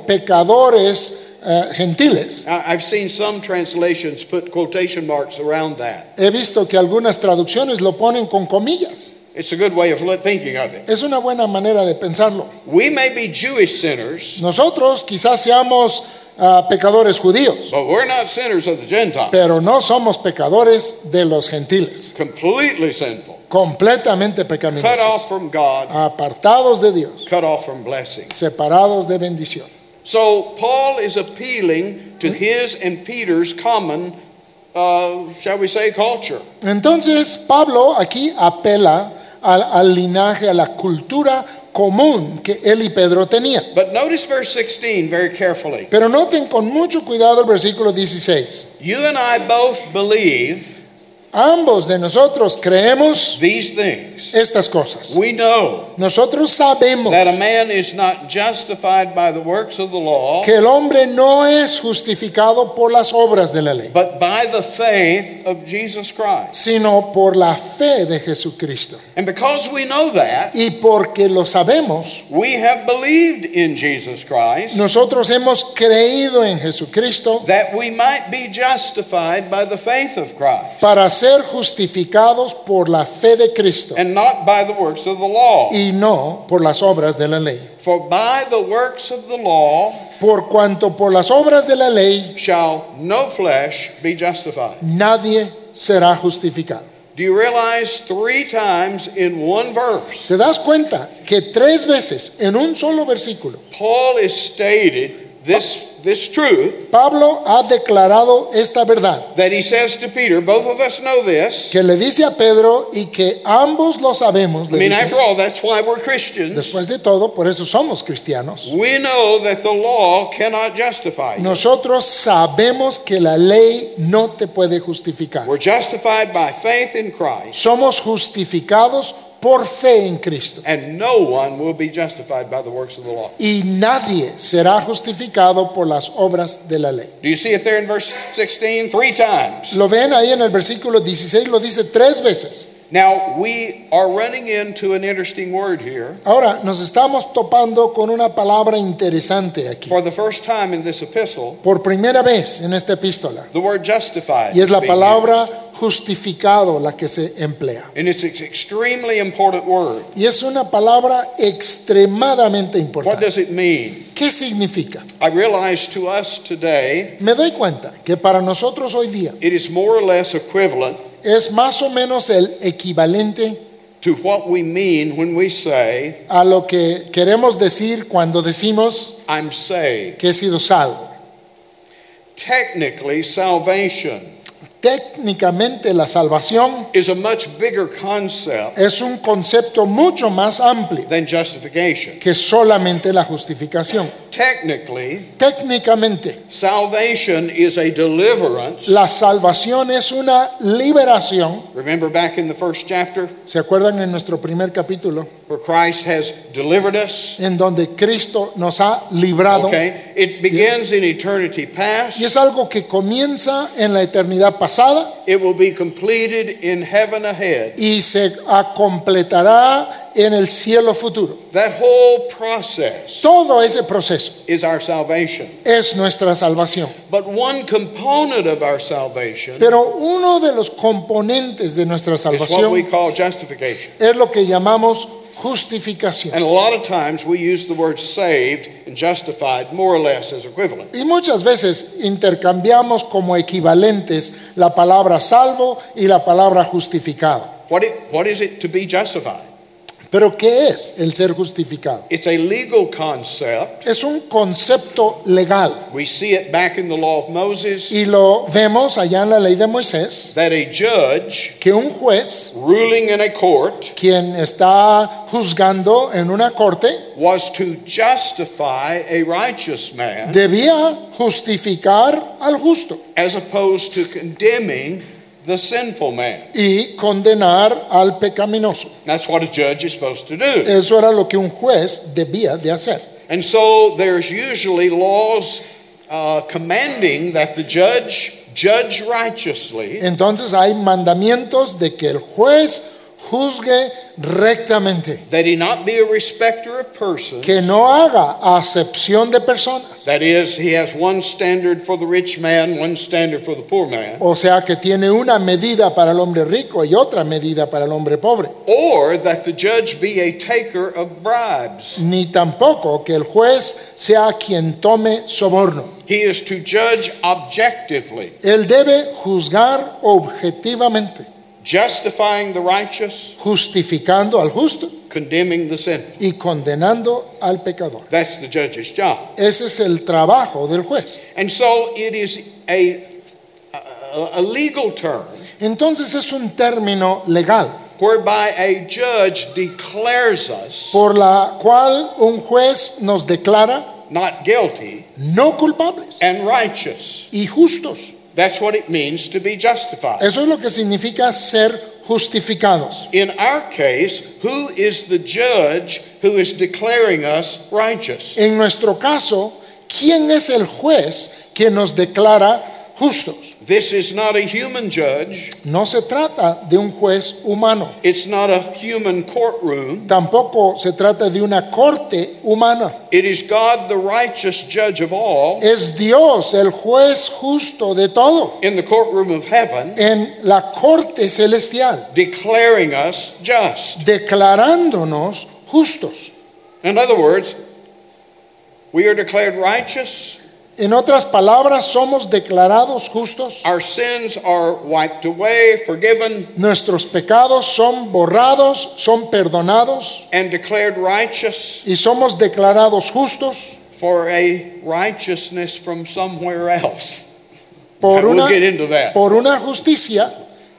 B: pecadores eh, gentiles
A: I- I've seen some translations put quotation marks around that.
B: He visto que algunas traducciones lo ponen con comillas.
A: It's a good way of li- thinking of it.
B: Es una buena manera de pensarlo.
A: We may be Jewish sinners,
B: Nosotros quizás seamos ah, pecadores judíos,
A: but we're not sinners of the Gentile.
B: pero no somos pecadores de los gentiles,
A: Completely sinful,
B: completamente
A: cut
B: pecaminosos,
A: off from God,
B: apartados de Dios,
A: cut off from blessing.
B: separados de bendición.
A: So Paul is appealing to his and Peter's common, uh, shall we say, culture.
B: Entonces Pablo aquí apela al, al linaje, a la cultura común que él y Pedro tenían.
A: But notice verse 16 very carefully.
B: Pero noten con mucho cuidado el versículo 16.
A: You and I both believe
B: Ambos de nosotros creemos
A: these things.
B: estas cosas.
A: We know
B: Nosotros sabemos
A: that a man is not justified by the works of the law,
B: que el hombre no es justificado por las obras de la ley,
A: but by the faith of Jesus Christ.
B: sino por la fe de Jesucristo.
A: And because we know that,
B: Y porque lo sabemos,
A: we have believed in Jesus Christ
B: nosotros hemos creído en Jesucristo
A: that we might be justified by the faith of Christ
B: para ser justificados por la fe de Cristo
A: and not by the works of the law.
B: y no por las obras de la ley.
A: For by the works of the law
B: Por cuanto por las obras de la ley
A: shall no flesh be justified.
B: nadie será justificado.
A: Do you realize three times in one verse,
B: ¿Te das cuenta que tres veces en un solo versículo
A: Paul is stated this, this truth
B: Pablo ha declarado esta verdad?
A: that he says to Peter, both of us know this.
B: que le dice a Pedro y que ambos lo sabemos,
A: I
B: le
A: mean,
B: dice,
A: after all, that's why we're Christians.
B: después de todo, por eso somos cristianos.
A: We know that the law cannot justify you.
B: Nosotros sabemos que la ley no te puede justificar.
A: We're justified by faith in Christ.
B: Somos justificados por fe en Cristo.
A: and no one will be justified by the works of the law.
B: Y nadie será justificado por las obras de la ley.
A: Do you see it there in verse 16? Three times.
B: Lo ven ahí en el versículo 16, lo dice tres veces.
A: Now, we are running into an interesting word here.
B: Ahora, nos estamos topando con una palabra interesante aquí.
A: For the first time in this epistle,
B: Por primera vez en esta epístola.
A: the word justified.
B: Y es la
A: is being used.
B: palabra justificado la que se emplea.
A: And it's an extremely important word.
B: Y es una palabra extremadamente
A: What
B: importante.
A: does it mean?
B: ¿Qué significa?
A: I realize to us today,
B: Me doy cuenta que para nosotros hoy día
A: it is more or less equivalent
B: es más o menos el equivalente
A: to what we mean when we say,
B: a lo que queremos decir cuando decimos
A: I'm saved.
B: que he sido salvo.
A: Technically, salvation
B: Técnicamente la salvación
A: is a much bigger concept
B: es un concepto mucho más amplio
A: than justification.
B: que solamente la justificación.
A: Technically,
B: Técnicamente
A: salvation is a deliverance.
B: la salvación es una liberación.
A: Remember back in the first chapter
B: ¿Se acuerdan en nuestro primer capítulo?
A: where Christ has delivered us?
B: En donde Cristo nos ha librado.
A: Okay. It begins in eternity
B: Y es
A: past.
B: algo que comienza en la eternidad pasada
A: It will be completed in heaven ahead.
B: y se a- completará en el cielo futuro.
A: That whole process
B: Todo ese proceso
A: is our salvation.
B: es nuestra salvación.
A: But one component of our salvation
B: Pero uno de los componentes de nuestra
A: is what we
B: salvación
A: call justification.
B: es lo que llamamos justificación.
A: And a lot of times we use the word saved and justified more or less as equivalent.
B: Y muchas veces intercambiamos como equivalentes la palabra salvo y la palabra justificado.
A: What, it, what is it to be justified?
B: Pero ¿qué es el ser justificado?
A: It's a legal concept.
B: Es un concepto legal
A: We see it back in the law of Moses
B: y lo vemos allá en la ley de Moisés,
A: that a judge
B: que un juez
A: ruling in a court
B: quien está juzgando en una corte
A: was to justify a righteous man
B: debía justificar al justo
A: as opposed to condemning the sinful man.
B: y condenar al pecaminoso.
A: That's what a judge is supposed to do.
B: Eso era lo que un juez debía de hacer.
A: And so there's usually laws uh, commanding that the judge judge righteously,
B: Entonces hay mandamientos de que el juez juzgue rectamente,
A: that he not be a respecter of persons.
B: que no haga acepción de personas.
A: That is, he has one standard for the rich man, one standard for the poor man.
B: O sea que tiene una medida para el hombre rico y otra medida para el hombre pobre.
A: Or that the judge be a taker of bribes.
B: Ni tampoco que el juez sea quien tome soborno.
A: He is to judge objectively,
B: Él debe juzgar objetivamente,
A: justifying the righteous,
B: justificando al justo
A: condemning the sinful.
B: y condenando al pecador.
A: That's the judge's job.
B: Ese es el trabajo del juez.
A: And so it is a, a, a legal term.
B: Entonces es un término legal
A: whereby a judge declares us
B: por la cual un juez nos declara
A: not guilty
B: no culpables
A: and righteous.
B: y justos.
A: That's what it means to be justified.
B: Eso es lo que significa ser justificados.
A: In our case, who is the judge who is declaring us righteous?
B: En nuestro caso, ¿quién es el juez que nos declara justos?
A: This is not a human judge.
B: No se trata de un juez humano.
A: It's not a human courtroom.
B: Tampoco se trata de una corte humana.
A: It is God, the righteous judge of all,
B: Es Dios, el juez justo de todo,
A: in the courtroom of heaven,
B: en la corte celestial,
A: declaring us just.
B: declarándonos justos.
A: In other words, we are declared righteous
B: En otras palabras, somos declarados justos.
A: Our sins are wiped away, forgiven,
B: Nuestros pecados son borrados, son perdonados
A: and declared righteous
B: y somos declarados justos
A: for a righteousness from somewhere else.
B: por
A: we'll
B: una,
A: get into that.
B: por una justicia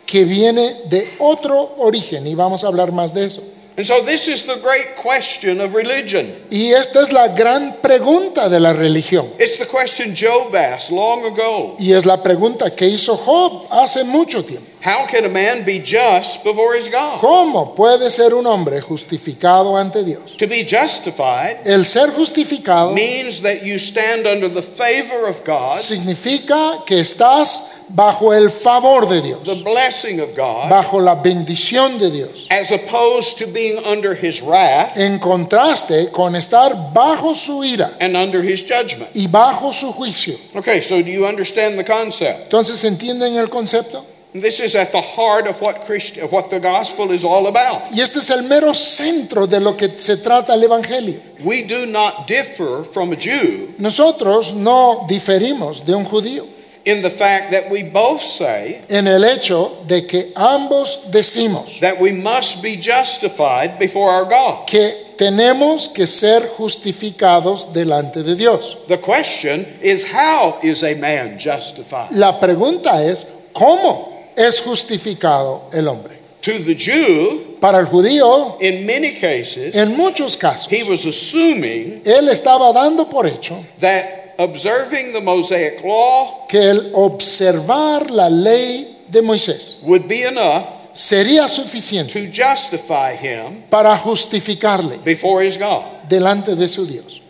B: que viene de otro origen. Y vamos a hablar más de eso.
A: And so this is the great question of religion.
B: Y esta es la gran pregunta de la religión.
A: It's the question Job asked long ago.
B: Y es la pregunta que hizo Job hace mucho tiempo.
A: How can a man be just before his God?
B: ¿Cómo puede ser un hombre justificado ante Dios?
A: To be justified
B: El ser justificado
A: means that you stand under the favor of God,
B: significa que estás bajo el favor de Dios,
A: the blessing of God,
B: bajo la bendición de Dios.
A: as opposed to being under his wrath
B: En contraste con estar bajo su ira
A: and under his judgment.
B: y bajo su juicio.
A: Okay, so do you understand the concept?
B: Entonces, ¿entienden el concepto?
A: This is at the heart of what Christ, of what the gospel is all about.
B: Y este es el mero centro de lo que se trata el Evangelio.
A: We do not differ from a Jew
B: Nosotros no diferimos de un judío
A: in the fact that we both say
B: en el hecho de que ambos decimos
A: that we must be justified before our God.
B: que tenemos que ser justificados delante de Dios.
A: The question is how is a man justified?
B: La pregunta es, ¿cómo es justificado el hombre?
A: To the Jew,
B: Para el judío,
A: in many cases,
B: en muchos casos,
A: he was assuming
B: él estaba dando por hecho
A: that observing the Mosaic law
B: que el observar la ley de Moisés
A: would be enough
B: sería suficiente
A: to justify him
B: para justificarle
A: before his God.
B: delante de su Dios.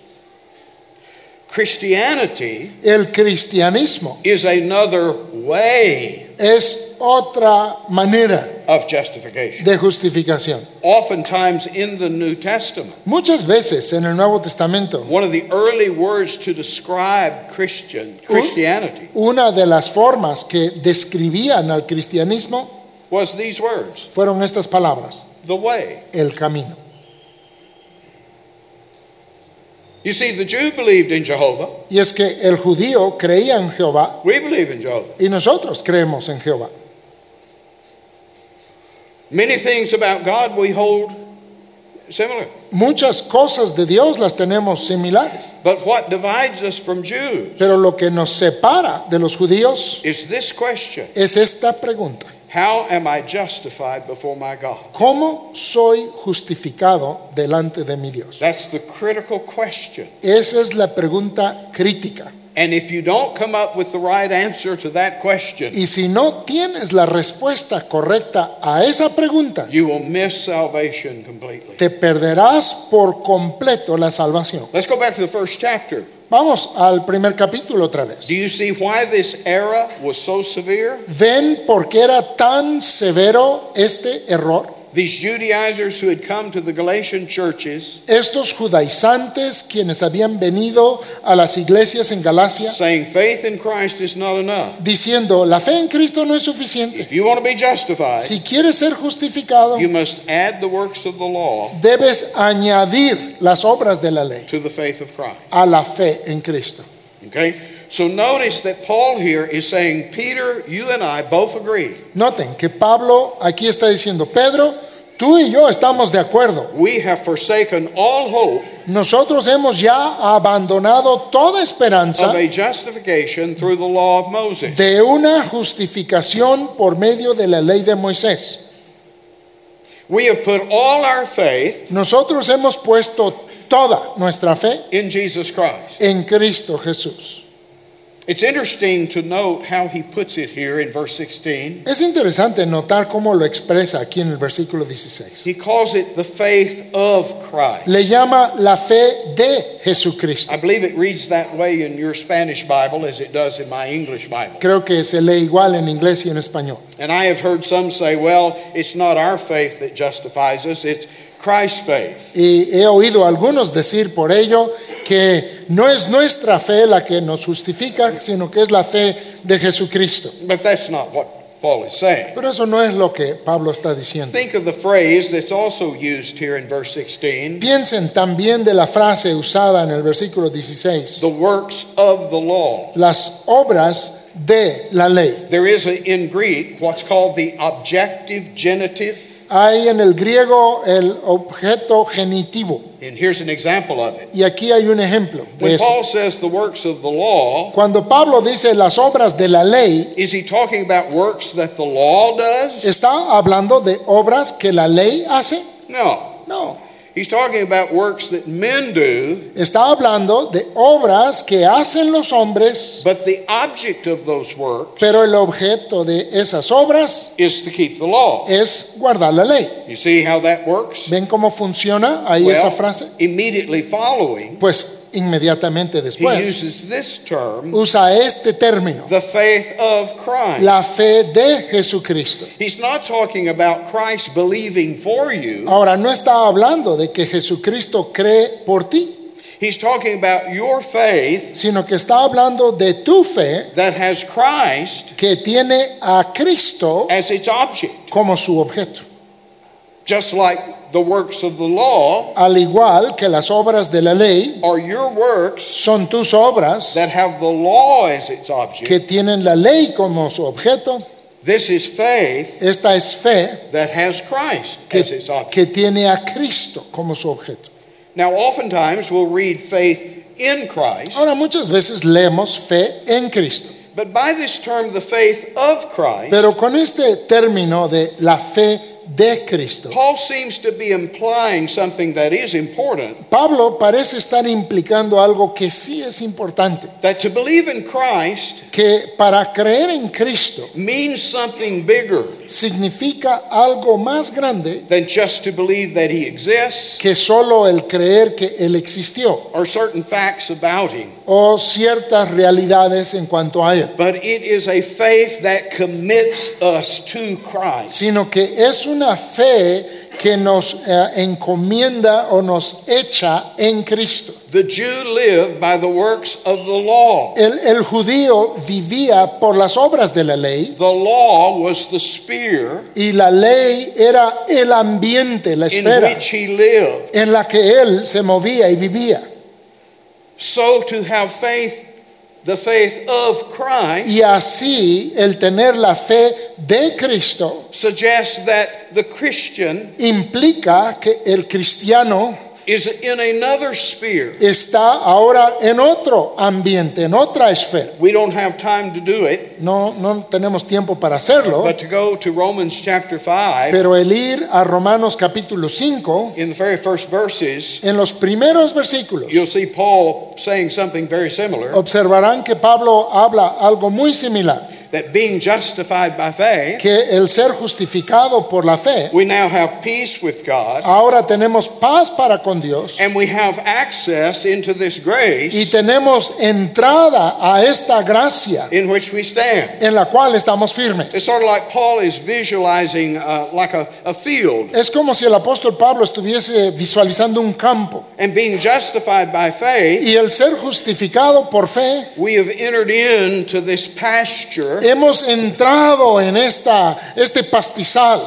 A: Christianity
B: El cristianismo
A: is another way
B: es otra manera
A: of justification.
B: de justificación.
A: Oftentimes in the New Testament,
B: Muchas veces en el Nuevo Testamento,
A: one of the early words to describe Christian Christianity
B: una de las formas que describían al cristianismo
A: was these words,
B: fueron estas palabras,
A: the way.
B: el camino.
A: You see, the Jew believed in Jehovah.
B: Y es que el judío creía en Jehová
A: We believe in Jehovah.
B: y nosotros creemos en Jehová.
A: Many things about God we hold similar.
B: Muchas cosas de Dios las tenemos similares,
A: But what divides us from Jews
B: pero lo que nos separa de los judíos
A: is this question
B: es esta pregunta.
A: How am I justified before my God?
B: ¿Cómo soy justificado delante de mi Dios?
A: That's the critical question.
B: Esa es la pregunta crítica.
A: And if you don't come up with the right answer to that question,
B: Y si no tienes la respuesta correcta a esa pregunta,
A: you will miss salvation completely.
B: te perderás por completo la salvación.
A: Let's go back to the first chapter.
B: Vamos al primer capítulo otra vez.
A: Do you see why this error was so severe?
B: ¿Ven por qué era tan severo este error?
A: These Judaizers who had come to the Galatian churches
B: Estos judaizantes, quienes habían venido a las iglesias en Galacia,
A: saying faith in Christ is not enough.
B: diciendo, la fe en Cristo no es suficiente.
A: If you want to be justified,
B: Si quieres ser justificado,
A: you must add the works of the law
B: debes añadir las obras de la ley
A: to the faith of Christ.
B: a la fe en Cristo.
A: Okay? So notice that Paul here is saying, Peter, you and I both agree.
B: Noten que Pablo aquí está diciendo, Pedro, tú y yo estamos de acuerdo.
A: We have forsaken all hope
B: Nosotros hemos ya abandonado toda esperanza
A: of a justification through the law of Moses.
B: de una justificación por medio de la ley de Moisés.
A: We have put all our faith
B: Nosotros hemos puesto toda nuestra fe
A: in Jesus Christ.
B: en Cristo Jesús.
A: It's interesting to note how he puts it here in verse 16.
B: Es interesante notar cómo lo expresa aquí en el versículo 16.
A: He calls it the faith of Christ.
B: Le llama la fe de Jesucristo.
A: I believe it reads that way in your Spanish Bible as it does in my English Bible.
B: Creo que se lee igual en inglés y en español.
A: And I have heard some say, well, it's not our faith that justifies us, it's Christ's faith.
B: Y he oído a algunos decir por ello que no es nuestra fe la que nos justifica, sino que es la fe de Jesucristo.
A: But that's not what Paul is saying.
B: Pero eso no es lo que Pablo está diciendo.
A: Think of the phrase that's also used here in verse 16
B: Piensen también de la frase usada en el versículo 16,
A: the works of the law.
B: las obras de la ley.
A: There is a, in Greek what's called the objective genitive.
B: Hay en el griego el objeto genitivo.
A: And here's an example of it.
B: Y aquí hay un ejemplo de
A: When
B: eso.
A: Paul says the works of the law,
B: Cuando Pablo dice las obras de la ley,
A: is he talking about works that the law does?
B: ¿está hablando de obras que la ley hace?
A: No.
B: No.
A: He's talking about works that men do,
B: Está hablando de obras que hacen los hombres,
A: but the object of those works
B: pero el objeto de esas obras
A: is to keep the law.
B: es guardar la ley.
A: You see how that works?
B: ¿Ven cómo funciona ahí esa frase?
A: immediately following,
B: Pues inmediatamente
A: he
B: después
A: uses this term,
B: usa este término,
A: the faith of Christ.
B: la fe de Jesucristo.
A: He's not talking about Christ believing for you.
B: Ahora, no está hablando de que Jesucristo cree por ti,
A: He's talking about your faith
B: sino que está hablando de tu fe
A: that has Christ
B: que tiene a Cristo
A: as its object.
B: como su objeto.
A: Just like the works of the law
B: Al igual que las obras de la ley
A: are your works
B: son tus obras
A: that have the law as its object.
B: que tienen la ley como su objeto,
A: This is faith
B: esta es fe
A: that has Christ as its
B: que,
A: object.
B: que tiene a Cristo como su objeto.
A: Now, oftentimes we'll read faith in Christ,
B: Ahora muchas veces leemos fe en Cristo,
A: but by this term, the faith of Christ,
B: pero con este término de la fe de Cristo,
A: Paul seems to be implying something that is important
B: Pablo parece estar implicando algo que sí es importante,
A: that to believe in Christ
B: que para creer en Cristo
A: means something bigger
B: significa algo más grande
A: than just to believe that he exists
B: que solo el creer que Él existió
A: or certain facts about him,
B: o ciertas realidades en cuanto a Él,
A: but it is a faith that commits us to Christ.
B: sino que es una fe que nos eh, encomienda o nos echa en Cristo.
A: The Jew lived by the works of the law.
B: El, el judío vivía por las obras de la ley
A: The law was the spear
B: y la ley era el ambiente, la
A: in
B: esfera.
A: which he lived.
B: en la que él se movía y vivía.
A: So to have faith, the faith of Christ,
B: Y así el tener la fe de Cristo
A: suggests that the Christian
B: implica que el cristiano
A: is in another sphere.
B: está ahora en otro ambiente, en otra esfera.
A: We don't have time to do it,
B: No, no tenemos tiempo para hacerlo,
A: but to go to Romans chapter 5,
B: pero el ir a Romanos capítulo 5,
A: in the very first verses,
B: en los primeros versículos,
A: you'll see Paul saying something very
B: Oh.
A: similar
B: observarán que Pablo habla algo muy similar,
A: that being justified by faith,
B: que el ser justificado por la fe,
A: we now have peace with God
B: ahora tenemos paz para con Dios.
A: and we have access into this
B: y
A: grace
B: tenemos entrada a esta gracia
A: in which we stand.
B: en la cual estamos
A: It's
B: firmes.
A: sort of like Paul is visualizing uh, like a, a field
B: Es como si el apóstol Pablo estuviese visualizando un campo
A: and being justified by faith,
B: y el ser justificado por fe,
A: we have entered into this pasture
B: hemos entrado en esta, este pastizal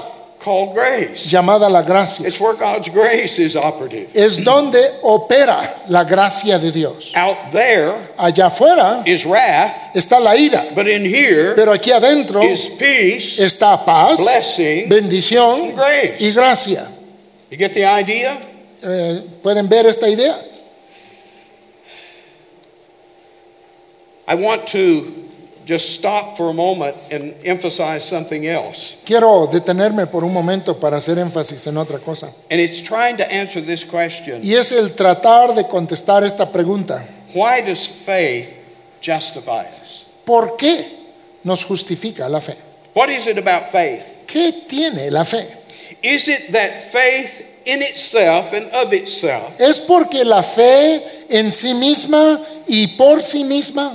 A: called grace.
B: llamada la gracia.
A: It's where God's grace is operative.
B: Es donde opera la gracia de Dios.
A: Out there
B: Allá afuera
A: is wrath,
B: está la ira,
A: but in here
B: pero aquí adentro
A: is peace,
B: está paz,
A: blessing, and
B: bendición y
A: grace.
B: gracia.
A: You get the idea?
B: Eh, ¿Pueden ver esta idea?
A: I want to just stop for a moment and emphasize something else.
B: Quiero detenerme por un momento para hacer énfasis en otra cosa.
A: And it's trying to answer this question
B: Y es el tratar de contestar esta pregunta.
A: why does faith justify us?
B: ¿Por qué nos justifica la fe?
A: What is it about faith?
B: ¿Qué tiene la fe?
A: Is it that faith in itself and of itself
B: ¿Es porque la fe en sí misma y por sí misma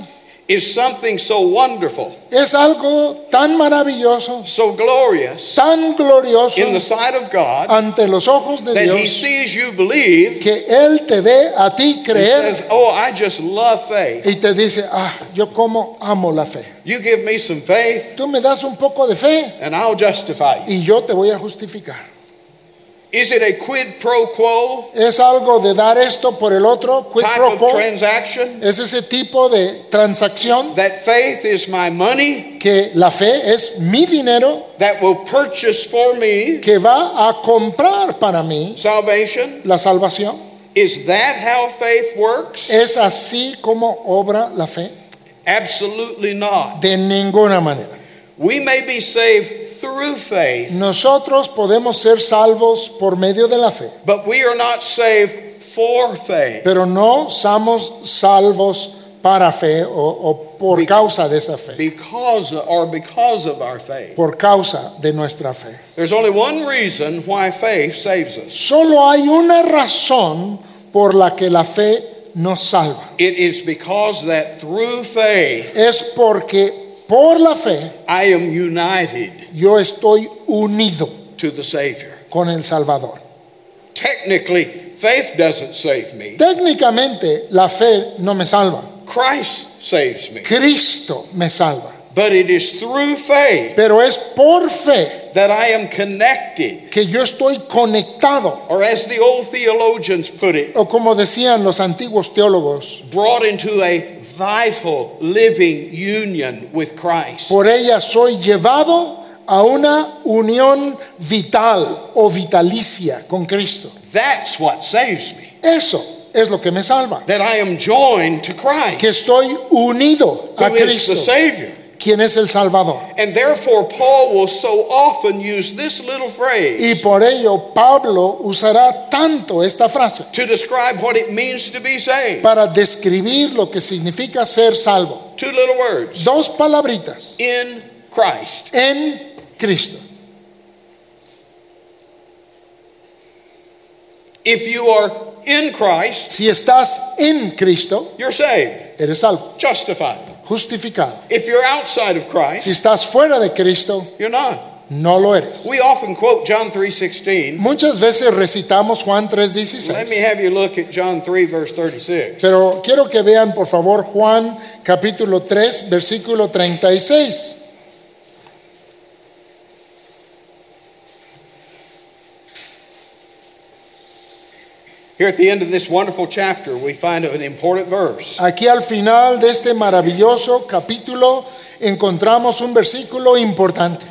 A: is something so wonderful,
B: es algo tan maravilloso,
A: so glorious
B: tan glorioso
A: in the sight of God
B: ante los ojos de
A: that He
B: Dios
A: sees you believe
B: que Él te ve a ti
A: and
B: creer
A: says, Oh, I just love faith.
B: y te dice, ah, yo como amo la fe.
A: You give me some faith
B: Tú me das un poco de fe
A: and I'll justify you.
B: y yo te voy a justificar.
A: Is it a quid pro quo
B: Es algo de dar esto por el otro, quid
A: type
B: pro
A: of
B: quo.
A: transaction?
B: Es ese tipo de transacción
A: That faith is my money
B: que la fe es mi dinero
A: that will purchase for me
B: que va a comprar para mí
A: salvation?
B: la salvación.
A: Is that how faith works?
B: ¿Es así como obra la fe?
A: Absolutely not.
B: De ninguna manera.
A: We may be saved through faith,
B: Nosotros podemos ser salvos por medio de la fe,
A: but we are not saved for faith.
B: pero no somos salvos para fe o, o por
A: Be-
B: causa de esa fe,
A: Because or because of our faith.
B: por causa de nuestra fe.
A: There's only one reason why faith saves us.
B: Solo hay una razón por la que la fe nos salva.
A: It is because that through faith
B: Es porque por la fe
A: I am united
B: yo estoy unido
A: to the Savior.
B: con el Salvador.
A: Technically, faith doesn't save me.
B: Técnicamente la fe no me salva,
A: Christ saves me.
B: Cristo me salva,
A: But it is through faith
B: pero es por fe
A: that I am connected,
B: que yo estoy conectado
A: or as the old theologians put it,
B: o como decían los antiguos teólogos,
A: brought into a vital living union with Christ.
B: por ella soy llevado a una unión vital o vitalicia con Cristo.
A: That's what saves me.
B: Eso es lo que me salva,
A: That I am joined to
B: que
A: Christ,
B: estoy unido
A: who
B: a
A: is
B: Cristo,
A: the Savior.
B: quien es el Salvador.
A: And therefore, Paul will so often use this little
B: Y
A: phrase
B: por ello Pablo usará tanto esta frase
A: to describe what it means to be saved.
B: para describir lo que significa ser salvo.
A: Two little words
B: Dos palabritas,
A: in Christ.
B: en Cristo.
A: If you are in Christ,
B: Si estás en Cristo,
A: you're saved,
B: eres salvo,
A: justified.
B: justificado.
A: If you're outside of Christ,
B: Si estás fuera de Cristo,
A: you're not.
B: no lo eres.
A: We often quote John 3:16.
B: Muchas veces recitamos Juan
A: Let me
B: 3:16,
A: have you look at John 3 verse 36.
B: pero quiero que vean por favor Juan capítulo 3, versículo 36.
A: Here at the end of this wonderful chapter, we find an important verse.
B: Aquí al final de este maravilloso capítulo encontramos un versículo importante.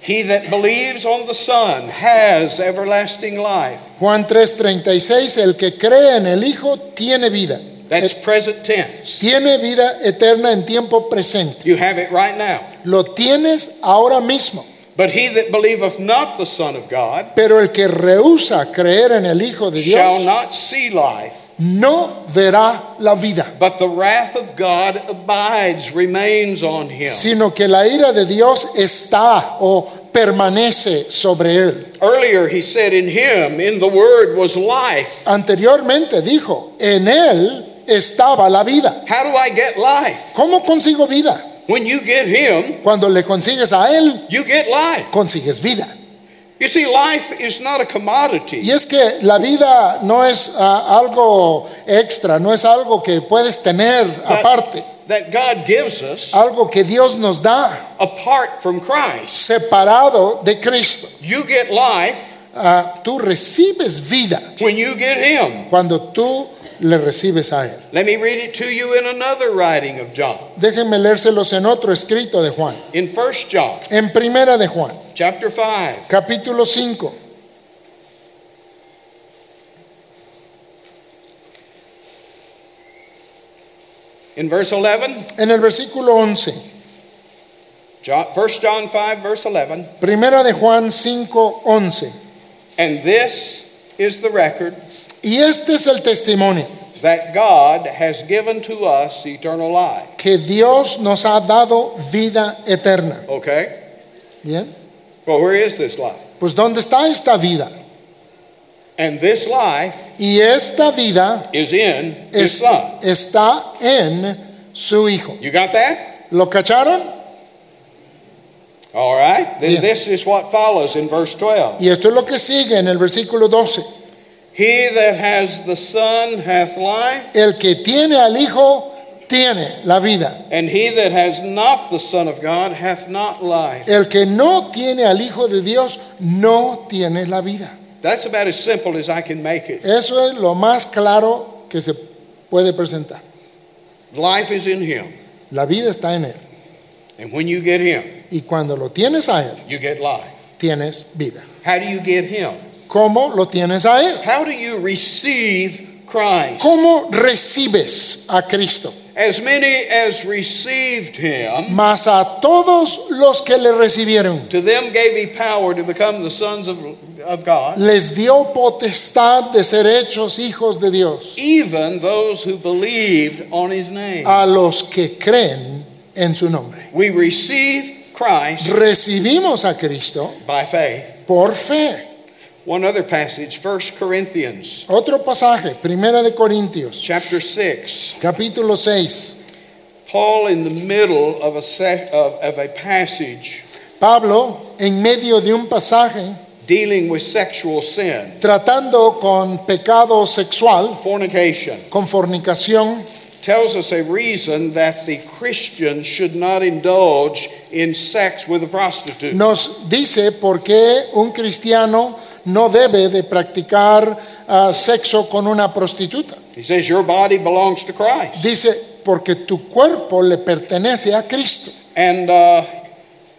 A: He that believes on the Son has everlasting life.
B: Juan 3:36, el que cree en el Hijo tiene vida,
A: That's present tense.
B: tiene vida eterna en tiempo presente.
A: You have it right now.
B: Lo tienes ahora mismo,
A: But he that believeth not the Son of God
B: pero el que rehúsa creer en el Hijo de
A: shall
B: Dios
A: not see life.
B: no verá la vida,
A: But the wrath of God abides, remains on him.
B: sino que la ira de Dios está o permanece sobre él.
A: Earlier he said, In him, in the word, was life.
B: Anteriormente dijo, en él estaba la vida.
A: How do I get life?
B: ¿Cómo consigo vida?
A: When you get him,
B: Cuando le consigues a él,
A: you get life.
B: consigues vida.
A: You see, life is not a
B: Y
A: commodity,
B: es que la vida no es ah, algo extra, no es algo que puedes tener aparte,
A: that God gives us
B: algo que Dios nos da
A: apart from Christ.
B: separado de Cristo.
A: You get life
B: Ah, tú recibes vida
A: when you get him.
B: cuando tú le recibes a Él.
A: Let me read it to you in another writing of John,
B: Déjenme leérselos en otro escrito de Juan,
A: in First John
B: en primera de Juan,
A: chapter 5.
B: capítulo 5.
A: In verse 11,
B: En el versículo 11,
A: John, 1 John 5, verse 11.
B: primera de Juan 5, 11.
A: And this is the record
B: Y este es el testimonio
A: that God has given to us eternal life.
B: que Dios nos ha dado vida eterna.
A: Okay?
B: ¿Bien?
A: Well, where is this life?
B: Pues ¿dónde está esta vida?
A: And this life
B: Y esta vida
A: is in His
B: es-
A: Son.
B: está en su Hijo.
A: You got that?
B: ¿Lo cacharon?
A: All right. Then
B: Yeah.
A: this is what follows in verse 12.
B: Y esto es lo que sigue en el versículo 12.
A: He that has the Son hath life,
B: El que tiene al Hijo tiene la vida.
A: and he that has not the Son of God hath not life.
B: El que no tiene al Hijo de Dios no tiene la vida.
A: That's about as simple as I can make it.
B: Eso es lo más claro que se puede presentar.
A: Life is in Him.
B: La vida está en Él.
A: And when you get Him,
B: Y cuando lo tienes a Él,
A: you get life.
B: tienes vida.
A: How do you get Him?
B: ¿Cómo lo tienes a Él?
A: How do you receive Christ.
B: ¿Cómo recibes a Cristo?
A: As many as received him,
B: Mas a todos los que le recibieron
A: to them gave he power to become the sons of, of God,
B: les dio potestad de ser hechos hijos de Dios,
A: even those who believed on his name.
B: a los que creen en su nombre.
A: We receive Christ
B: Recibimos a Cristo
A: by faith.
B: por fe.
A: One other passage, 1 Corinthians
B: Otro pasaje, Primera de Corintios,
A: chapter 6.
B: capítulo 6.
A: Paul in the middle of a, sec- of, of a passage
B: Pablo, en medio de un pasaje
A: dealing with sexual sin,
B: tratando con pecado sexual,
A: fornication,
B: con fornicación,
A: tells us a reason that the Christian should not indulge in sex with a prostitute.
B: nos dice por qué un cristiano no debe de practicar ah, sexo con una prostituta.
A: He says your body belongs to Christ.
B: Dice, porque tu cuerpo le pertenece a Cristo.
A: And uh,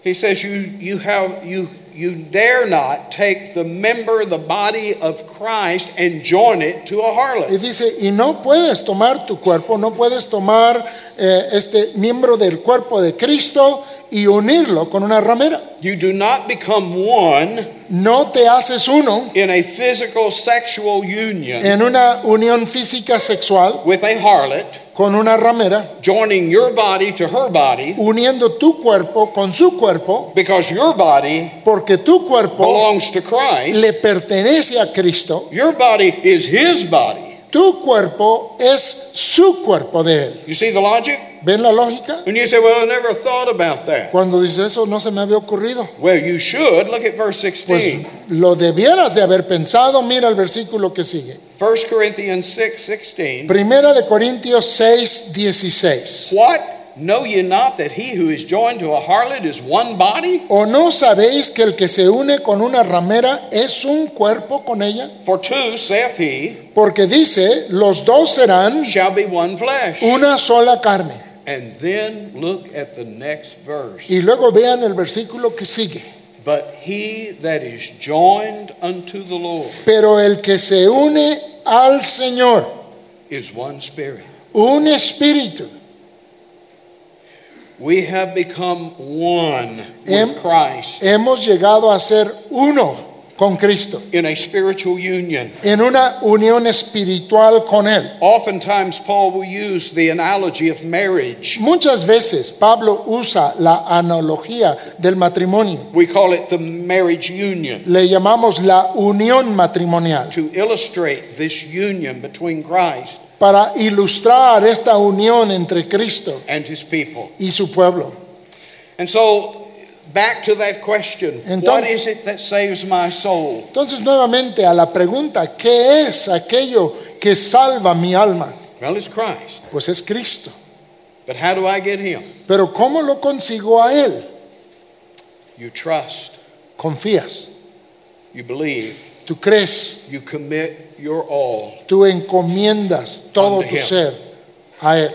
A: he says you, you, have, you, you dare not take the member, the body of Christ, and join it to a
B: Y
A: harlot.
B: dice, y no puedes tomar tu cuerpo, no puedes tomar eh, este miembro del cuerpo de Cristo y unirlo con una ramera.
A: You do not become one
B: No te haces uno
A: in a physical sexual union.
B: en una unión física sexual
A: with a harlot,
B: con una ramera,
A: joining your body to her body,
B: uniendo tu cuerpo con su cuerpo,
A: because your body
B: porque tu cuerpo
A: belongs to Christ.
B: le pertenece a Cristo,
A: Your body is his body.
B: tu cuerpo es su cuerpo de él.
A: You see the logic?
B: ¿Ven la lógica?
A: And you say, Well, I never thought about that.
B: Cuando dice eso no se me había ocurrido.
A: Well, you should. Look at verse
B: Pues
A: 16.
B: lo debieras de haber pensado, mira el versículo que sigue.
A: 1 Corinthians 6 16.
B: Primera de Corintios 6, 16.
A: What? Know ye not that he who is joined to a harlot is one body?
B: ¿O no sabéis que el que se une con una ramera es un cuerpo con ella?
A: For two, saith he,
B: Porque dice, los dos serán
A: shall be one flesh.
B: una sola carne.
A: And then look at the next verse.
B: Y luego vean el versículo que sigue.
A: But he that is joined unto the Lord
B: Pero el que se une al Señor,
A: is one spirit.
B: un espíritu,
A: We have become one
B: Em-
A: with Christ
B: hemos llegado a ser uno con Cristo,
A: in a spiritual union.
B: en una unión espiritual con Él.
A: Oftentimes, Paul will use the analogy of marriage.
B: Muchas veces Pablo usa la analogía del matrimonio,
A: We call it the marriage union
B: le llamamos la unión matrimonial,
A: to illustrate this union between Christ
B: para ilustrar esta unión entre Cristo
A: and his people.
B: y su pueblo.
A: And so, back to that question
B: Entonces-
A: what is it that saves my soul?
B: Entonces nuevamente a la pregunta, ¿qué es aquello que salva mi alma?
A: Well, it's Christ.
B: Pues es Cristo.
A: But how do I get him?
B: Pero ¿cómo lo consigo a Él?
A: You trust,
B: Confías,
A: you believe.
B: tú crees,
A: You commit your all.
B: tú encomiendas todo
A: Unto
B: tu
A: Him.
B: ser a Él.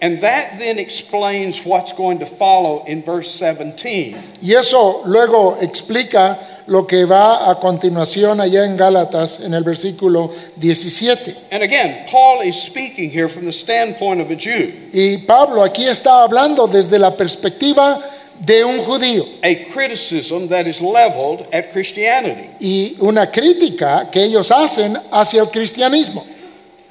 A: And that then explains what's going to follow in verse 17.
B: Y eso luego explica lo que va a continuación allá en Gálatas en el versículo 17.
A: And again, Paul is speaking here from the standpoint of a Jew,
B: Y Pablo aquí está hablando desde la perspectiva de un judío
A: a criticism that is leveled at Christianity.
B: y una crítica que ellos hacen hacia el cristianismo,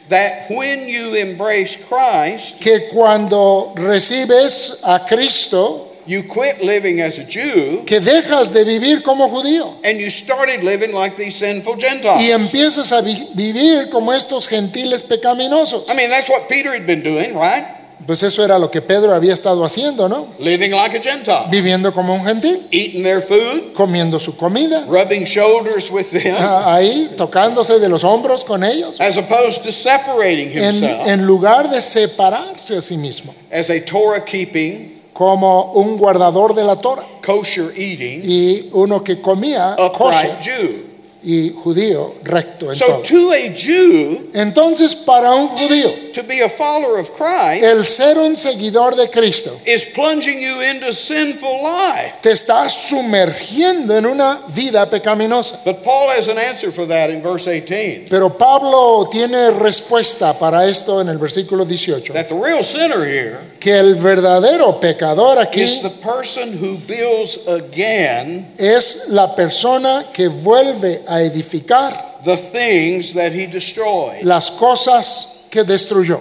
A: That when you embrace Christ,
B: que cuando recibes a Cristo,
A: you quit living as a Jew
B: que dejas de vivir como judío.
A: and you started living like these sinful
B: y
A: Gentiles.
B: empiezas a vi- vivir como estos gentiles pecaminosos.
A: I mean, that's what Peter had been doing, right?
B: Pues eso era lo que Pedro había estado haciendo, ¿no?
A: Living like a Gentile,
B: Viviendo como un gentil,
A: eating their food,
B: comiendo su comida,
A: rubbing shoulders with them,
B: a- ahí tocándose de los hombros con ellos,
A: as opposed to separating
B: en,
A: himself.
B: en lugar de separarse a sí mismo,
A: as a Torah keeping,
B: como un guardador de la Torah
A: kosher eating,
B: y uno que comía
A: upright
B: kosher,
A: Jew.
B: y judío recto en
A: Oh, So,
B: todo.
A: to a Jew,
B: Entonces, para un judío,
A: to be a follower of Christ
B: el ser un seguidor de Cristo
A: is plunging you into sinful life.
B: te está sumergiendo en una vida pecaminosa.
A: But Paul has an answer for that in verse 18
B: Pero Pablo tiene respuesta para esto en el versículo 18,
A: that the real sinner here
B: que el verdadero pecador
A: is
B: aquí
A: the person who builds again
B: es la persona que vuelve a edificar
A: the things that he destroyed.
B: las cosas que destruyó.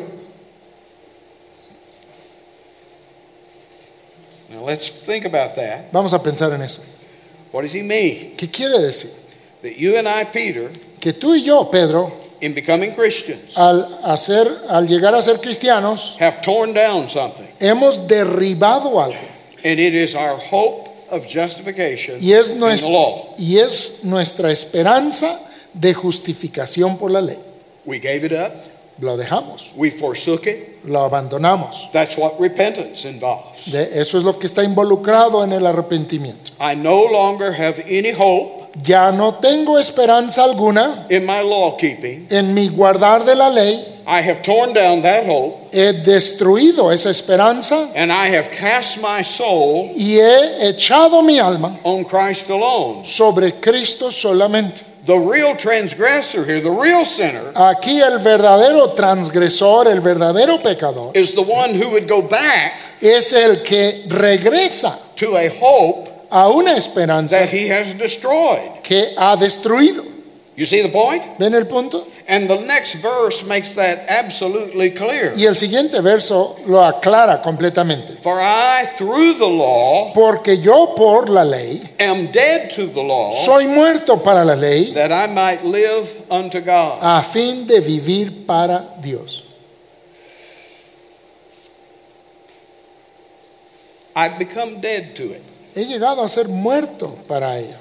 A: Now, let's think about that.
B: Vamos a pensar en eso.
A: What does he mean?
B: ¿Qué quiere decir?
A: That you and I, Peter,
B: Que tú y yo, Pedro,
A: in becoming Christians,
B: al hacer al llegar a ser cristianos,
A: have torn down something.
B: hemos derribado algo.
A: And it is our hope of justification
B: Y es,
A: in the
B: nuestra,
A: law.
B: y es nuestra esperanza de justificación por la ley.
A: We gave it up.
B: Lo dejamos,
A: We forsook it.
B: lo abandonamos.
A: That's what repentance involves.
B: De- eso es lo que está involucrado en el arrepentimiento.
A: I no longer have any hope
B: Ya no tengo esperanza alguna
A: in my law keeping.
B: en mi guardar de la ley.
A: I have torn down that hope
B: He destruido esa esperanza
A: and I have cast my soul
B: y he echado mi alma
A: on Christ alone.
B: sobre Cristo solamente.
A: The real transgressor here, the real sinner,
B: Aquí el verdadero transgresor, el verdadero pecador,
A: is the one who would go back
B: es el que regresa
A: to a hope
B: a una esperanza
A: that he has destroyed.
B: que ha destruido.
A: You see the point?
B: ¿Ven el punto?
A: And the next verse makes that absolutely clear.
B: Y el siguiente verso lo aclara completamente.
A: For I, through the law,
B: Porque yo por la ley
A: am dead to the law,
B: soy muerto para la ley
A: that I might live unto God.
B: a fin de vivir para Dios.
A: I've become dead to it.
B: He llegado a ser muerto para ella.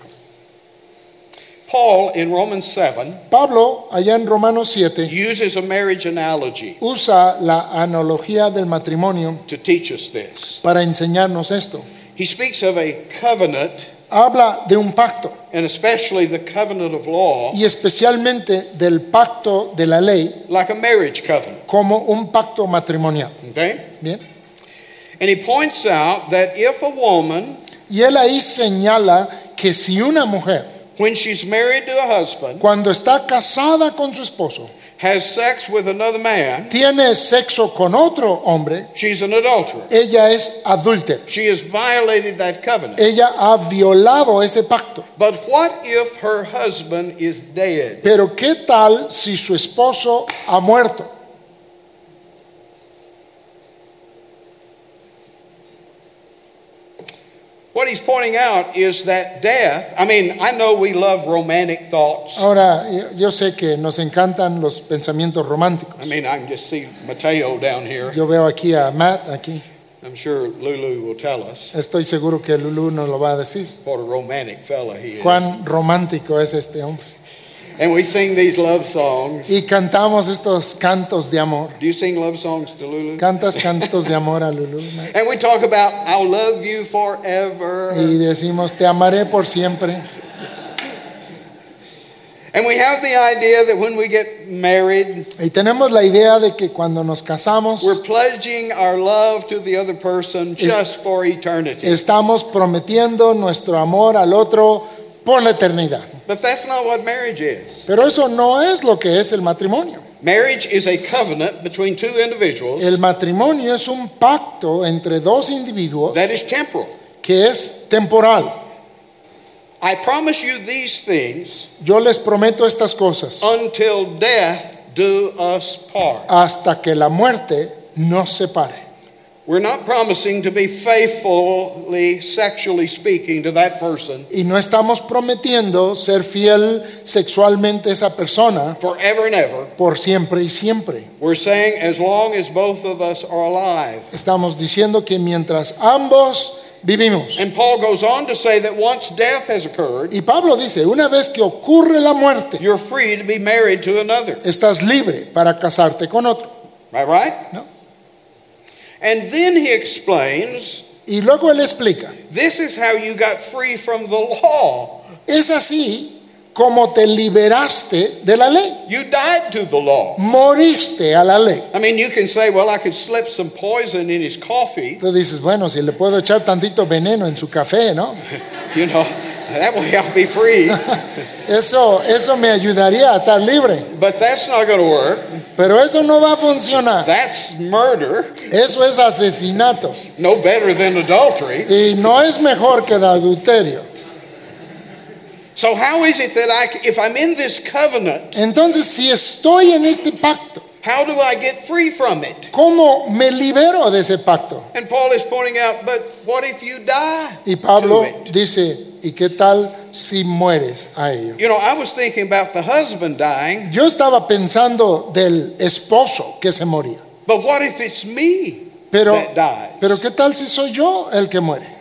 A: Paul, in Romans 7,
B: Pablo, allá en Romanos 7,
A: uses a marriage analogy
B: usa la analogía del matrimonio
A: to teach us this.
B: para enseñarnos esto.
A: He speaks of a covenant,
B: Habla de un pacto
A: and especially the covenant of law,
B: y especialmente del pacto de la ley
A: like a marriage covenant.
B: como un pacto matrimonial.
A: Okay?
B: Bien.
A: And he points out that if a woman,
B: Y él ahí señala que si una mujer,
A: when she's married to a husband,
B: cuando está casada con su esposo,
A: has sex with another man,
B: tiene sexo con otro hombre,
A: she's an adulterer.
B: ella es adúltera.
A: She has violated that covenant.
B: Ella ha violado ese pacto.
A: But what if her husband is dead?
B: Pero ¿qué tal si su esposo ha muerto?
A: What he's pointing out is that death, I mean, I know we love romantic thoughts.
B: Ahora, yo- yo sé que nos encantan los pensamientos románticos.
A: I mean, I can just see Mateo down here.
B: Yo veo aquí a Matt, aquí.
A: I'm sure Lulu will tell us
B: Estoy seguro que Lulu nos lo va a decir.
A: what a romantic fella he is.
B: Cuán romántico es este hombre.
A: And we sing these love songs.
B: Y cantamos estos cantos de amor.
A: Do you sing love songs to Lulu?
B: Cantas cantos de amor a Lulu. Matt.
A: And we talk about, I'll love you forever.
B: Y decimos, te amaré por siempre.
A: And we have the idea that when we get married,
B: Y tenemos la idea de que cuando nos casamos,
A: we're pledging our love to the other person just for eternity.
B: estamos prometiendo nuestro amor al otro por la eternidad.
A: But that's not what marriage is.
B: Pero eso no es lo que es el matrimonio.
A: Marriage is a covenant between two individuals
B: El matrimonio es un pacto entre dos individuos
A: that is temporal.
B: que es temporal.
A: I promise you these things
B: Yo les prometo estas cosas
A: until death do us part.
B: hasta que la muerte nos separe.
A: We're not promising to be faithfully sexually speaking to that person
B: Y no estamos prometiendo ser fiel sexualmente a esa persona
A: forever and ever.
B: por siempre y siempre.
A: We're saying as long as both of us are alive.
B: Estamos diciendo que mientras ambos vivimos.
A: And Paul goes on to say that once death has occurred,
B: Y Pablo dice, una vez que ocurre la muerte,
A: you're free to be married to another.
B: estás libre para casarte con otro.
A: Right, right?
B: No.
A: And then he explains
B: Y luego él explica,
A: this is how you got free from the law.
B: es así como te liberaste de la ley.
A: You died to the law.
B: Moriste a la ley.
A: I mean, you can say, well, I could slip some poison in his coffee,
B: Tú dices, bueno, si le puedo echar tantito veneno en su café, ¿no?
A: you know, that way I'll be free.
B: Eso, eso me ayudaría a estar libre.
A: but that's not going to work.
B: Pero eso no va a funcionar.
A: That's murder,
B: Eso es asesinato.
A: no better than adultery.
B: Y no es mejor que el adulterio.
A: So, how is it that I, c- if I'm in this covenant,
B: Entonces, si estoy en este pacto,
A: how do I get free from it?
B: ¿cómo me libero de ese pacto?
A: And Paul is pointing out, but what if you die?
B: Y Pablo
A: to it?
B: dice, ¿y qué tal si mueres a ello?
A: You know, I was thinking about the husband dying,
B: Yo estaba pensando del esposo que se moría.
A: but what if it's me
B: Pero,
A: that dies?
B: pero ¿qué tal si soy yo el que muere?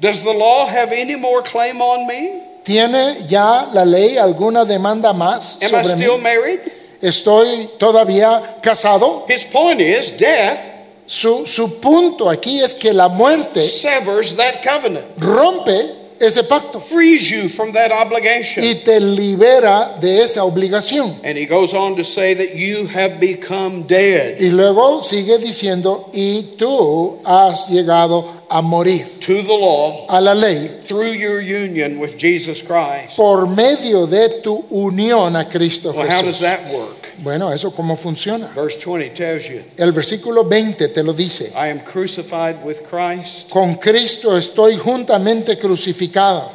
A: Does the law have any more claim on me?
B: ¿Tiene ya la ley alguna demanda más
A: Am I
B: sobre
A: still
B: mí?
A: married?
B: ¿Estoy todavía casado?
A: His point is death
B: Su, su punto aquí es que la muerte
A: severs that covenant,
B: rompe ese pacto
A: frees you from that obligation.
B: y te libera de esa obligación.
A: And he goes on to say that you have become dead
B: Y luego sigue diciendo, y tú has llegado a morir
A: to the law
B: a la ley
A: through your union with Jesus Christ.
B: por medio de tu unión a Cristo
A: Well, how does
B: Jesús.
A: that work?
B: Bueno, eso cómo funciona.
A: Verse 20 tells you,
B: El versículo 20 te lo dice.
A: I am crucified with Christ,
B: Con Cristo estoy juntamente crucificado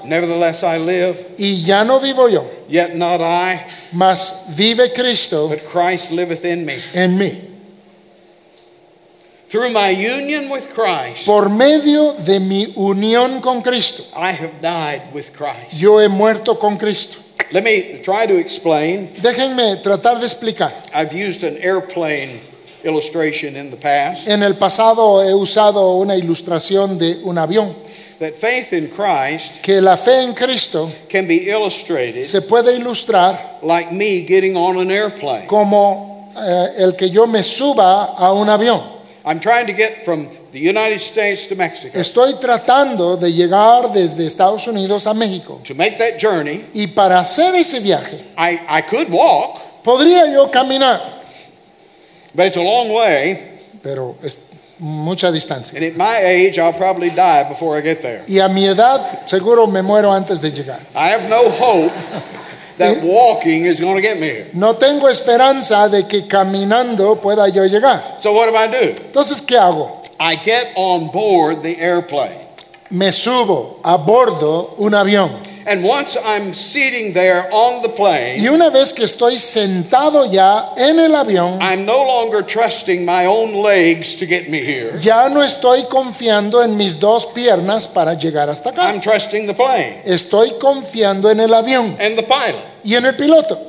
A: nevertheless I live,
B: y ya no vivo yo,
A: yet not I,
B: mas vive Cristo
A: but Christ liveth in me.
B: en mí.
A: Through my union with Christ,
B: Por medio de mi unión con Cristo,
A: I have died with Christ.
B: yo he muerto con Cristo.
A: Let me try to explain.
B: Déjenme tratar de explicar.
A: I've used an airplane illustration in the past
B: En el pasado he usado una ilustración de un avión,
A: that faith in Christ
B: que la fe en Cristo
A: can be illustrated
B: se puede ilustrar
A: like me getting on an airplane.
B: como eh, el que yo me suba a un avión.
A: I'm trying to get from the United States to Mexico.
B: Estoy tratando de llegar desde Estados Unidos a México
A: To make that journey,
B: y para hacer ese viaje
A: I, I could walk,
B: podría yo caminar,
A: but it's a long way,
B: pero es mucha distancia.
A: and at my age, I'll probably die before I get there.
B: Y a mi edad seguro me muero antes de llegar.
A: I have no hope that walking is going to get me here.
B: No tengo esperanza de que caminando pueda yo llegar.
A: So, what do I do?
B: Entonces, ¿qué hago?
A: I get on board the airplane.
B: me subo a bordo un avión
A: And once I'm sitting there on the plane,
B: y una vez que estoy sentado ya en el avión,
A: I'm no longer trusting my own legs to get me here.
B: ya no estoy confiando en mis dos piernas para llegar hasta acá.
A: I'm trusting the plane
B: Estoy confiando en el avión
A: and the pilot.
B: y en el piloto.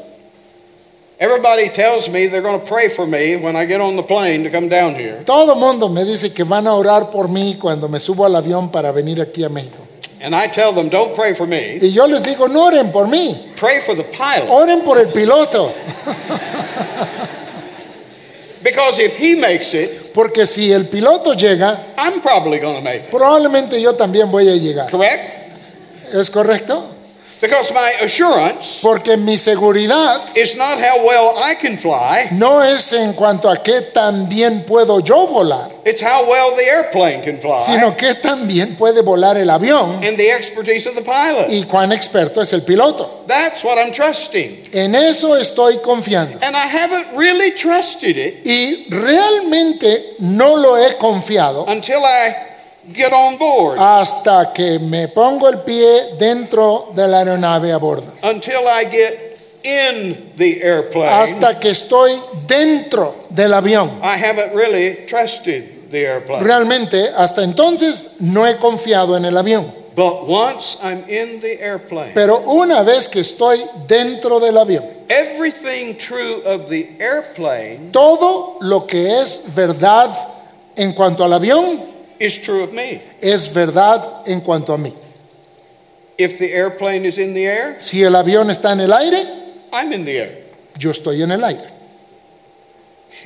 A: Everybody tells me they're going to pray for me when I get on the plane to come down here.
B: Todo mundo me dice que van a orar por mí cuando me subo al avión para venir aquí a México.
A: And I tell them, don't pray for me,
B: Y yo les digo, no oren por mí,
A: pray for the pilot.
B: oren por el piloto,
A: Because if he makes it,
B: porque si el piloto llega,
A: I'm probably going to make it.
B: probablemente yo también voy a llegar.
A: Correct?
B: ¿Es correcto?
A: Because my assurance
B: Porque mi seguridad
A: is not how well I can fly,
B: No es en cuanto a qué tan bien puedo yo volar,
A: it's how well the airplane can fly
B: sino que tan bien puede volar el avión
A: and the expertise of the pilot.
B: y cuán experto es el piloto.
A: That's what I'm trusting.
B: En eso estoy confiando.
A: And I haven't really trusted it
B: Y realmente no lo he confiado
A: until I get on board,
B: hasta que me pongo el pie dentro de la aeronave a bordo.
A: until I get in the airplane.
B: Hasta que estoy dentro del avión.
A: I haven't really trusted the airplane.
B: Realmente hasta entonces no he confiado en el avión.
A: But once I'm in the airplane,
B: Pero una vez que estoy dentro del avión,
A: everything true of the airplane
B: Todo lo que es verdad en cuanto al avión
A: is true of me.
B: es verdad en cuanto a mí.
A: If the airplane is in the air,
B: Si el avión está en el aire,
A: I'm in the air.
B: yo estoy en el aire.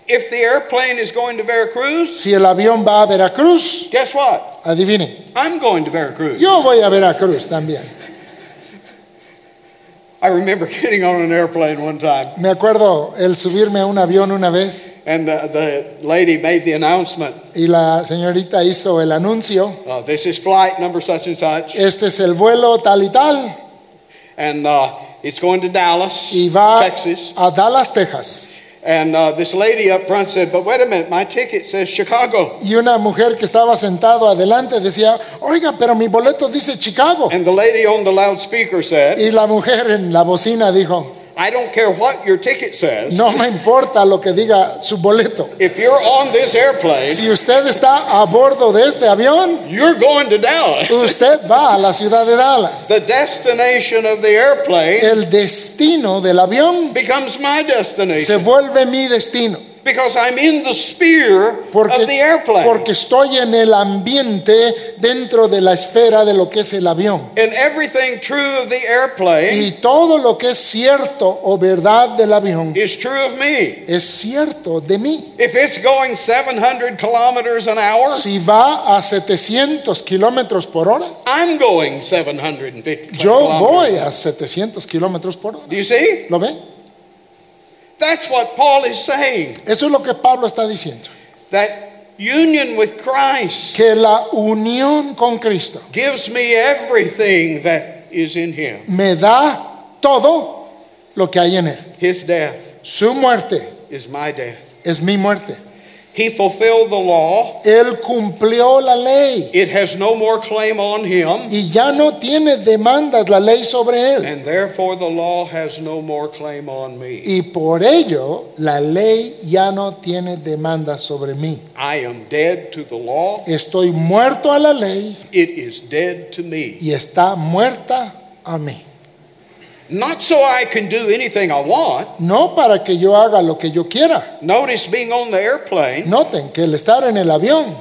A: If the airplane is going to Veracruz,
B: Si el avión va a Veracruz,
A: guess what?
B: adivinen,
A: I'm going to Veracruz.
B: yo voy a Veracruz también.
A: I remember getting on an airplane one time,
B: Me acuerdo el subirme a un avión una vez
A: and the, the lady made the announcement
B: y la señorita hizo el anuncio,
A: uh, This is flight number such and such,
B: este es el vuelo tal y tal,
A: and uh, it's going to Dallas,
B: y va
A: Texas.
B: a Dallas, Texas.
A: And uh, this lady up front said, But wait a minute, my ticket says Chicago.
B: Y una mujer que estaba sentada adelante decía, oiga, pero mi boleto dice Chicago.
A: And the lady on the loudspeaker said,
B: Y la mujer en la bocina dijo,
A: I don't care what your ticket says.
B: no me importa lo que diga su boleto.
A: If you're on this airplane,
B: Si usted está a bordo de este avión,
A: you're going to Dallas.
B: usted va a la ciudad de Dallas.
A: The destination of the airplane
B: El destino del avión
A: becomes my
B: se
A: destination
B: vuelve mi destino.
A: because I'm in the sphere of the
B: Porque,
A: airplane.
B: porque estoy en el ambiente dentro de la esfera de lo que es el avión.
A: and everything true of the airplane
B: Y todo lo que es cierto o verdad del avión
A: is true of me.
B: es cierto de mí.
A: If it's going 700 kilometers an hour,
B: Si va a 700 kilómetros por hora,
A: I'm going 750
B: yo
A: kilometers.
B: voy a 700 kilómetros por hora.
A: Do you see?
B: ¿Lo ve?
A: That's what Paul is saying.
B: Eso es lo que Pablo está diciendo.
A: That union with Christ
B: Que la unión con Cristo
A: gives me everything that is in him.
B: me da todo lo que hay en él.
A: His death
B: Su muerte
A: is my death.
B: es mi muerte.
A: He fulfilled the law.
B: Él cumplió la ley
A: It has no more claim on him,
B: y ya no tiene demandas la ley sobre él.
A: and therefore the law has no more claim on me.
B: Y por ello la ley ya no tiene demandas sobre mí.
A: I am dead to the law.
B: Estoy muerto a la ley
A: It is dead to me.
B: y está muerta a mí.
A: Not so I can do anything I want.
B: No para que yo haga lo que yo quiera.
A: Notice being on the airplane
B: Noten que el estar en el avión,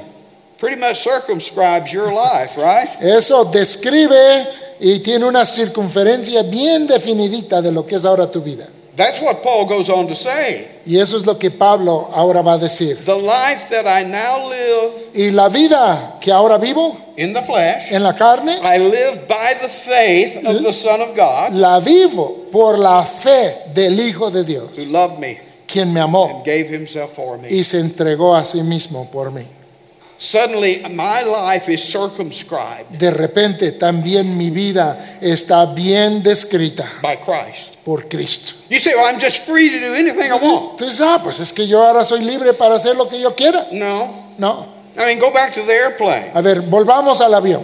A: pretty much circumscribes your life, right?
B: eso describe y tiene una circunferencia bien definidita de lo que es ahora tu vida.
A: That's what Paul goes on to say.
B: Y eso es lo que Pablo ahora va a decir.
A: The life that I now live
B: Y la vida que ahora vivo
A: in the flesh,
B: en la carne,
A: I live by the faith of the Son of God
B: la vivo por la fe del Hijo de Dios,
A: who loved me
B: quien me amó
A: and gave himself for me.
B: y se entregó a sí mismo por mí.
A: Suddenly, my life is circumscribed
B: De repente también mi vida está bien descrita
A: by Christ.
B: por Cristo.
A: You say, well, I'm just free to do anything I want.
B: Entonces, ah, pues es que yo ahora soy libre para hacer lo que yo quiera.
A: No.
B: No.
A: I mean, go back to the airplane.
B: A ver, volvamos al avión.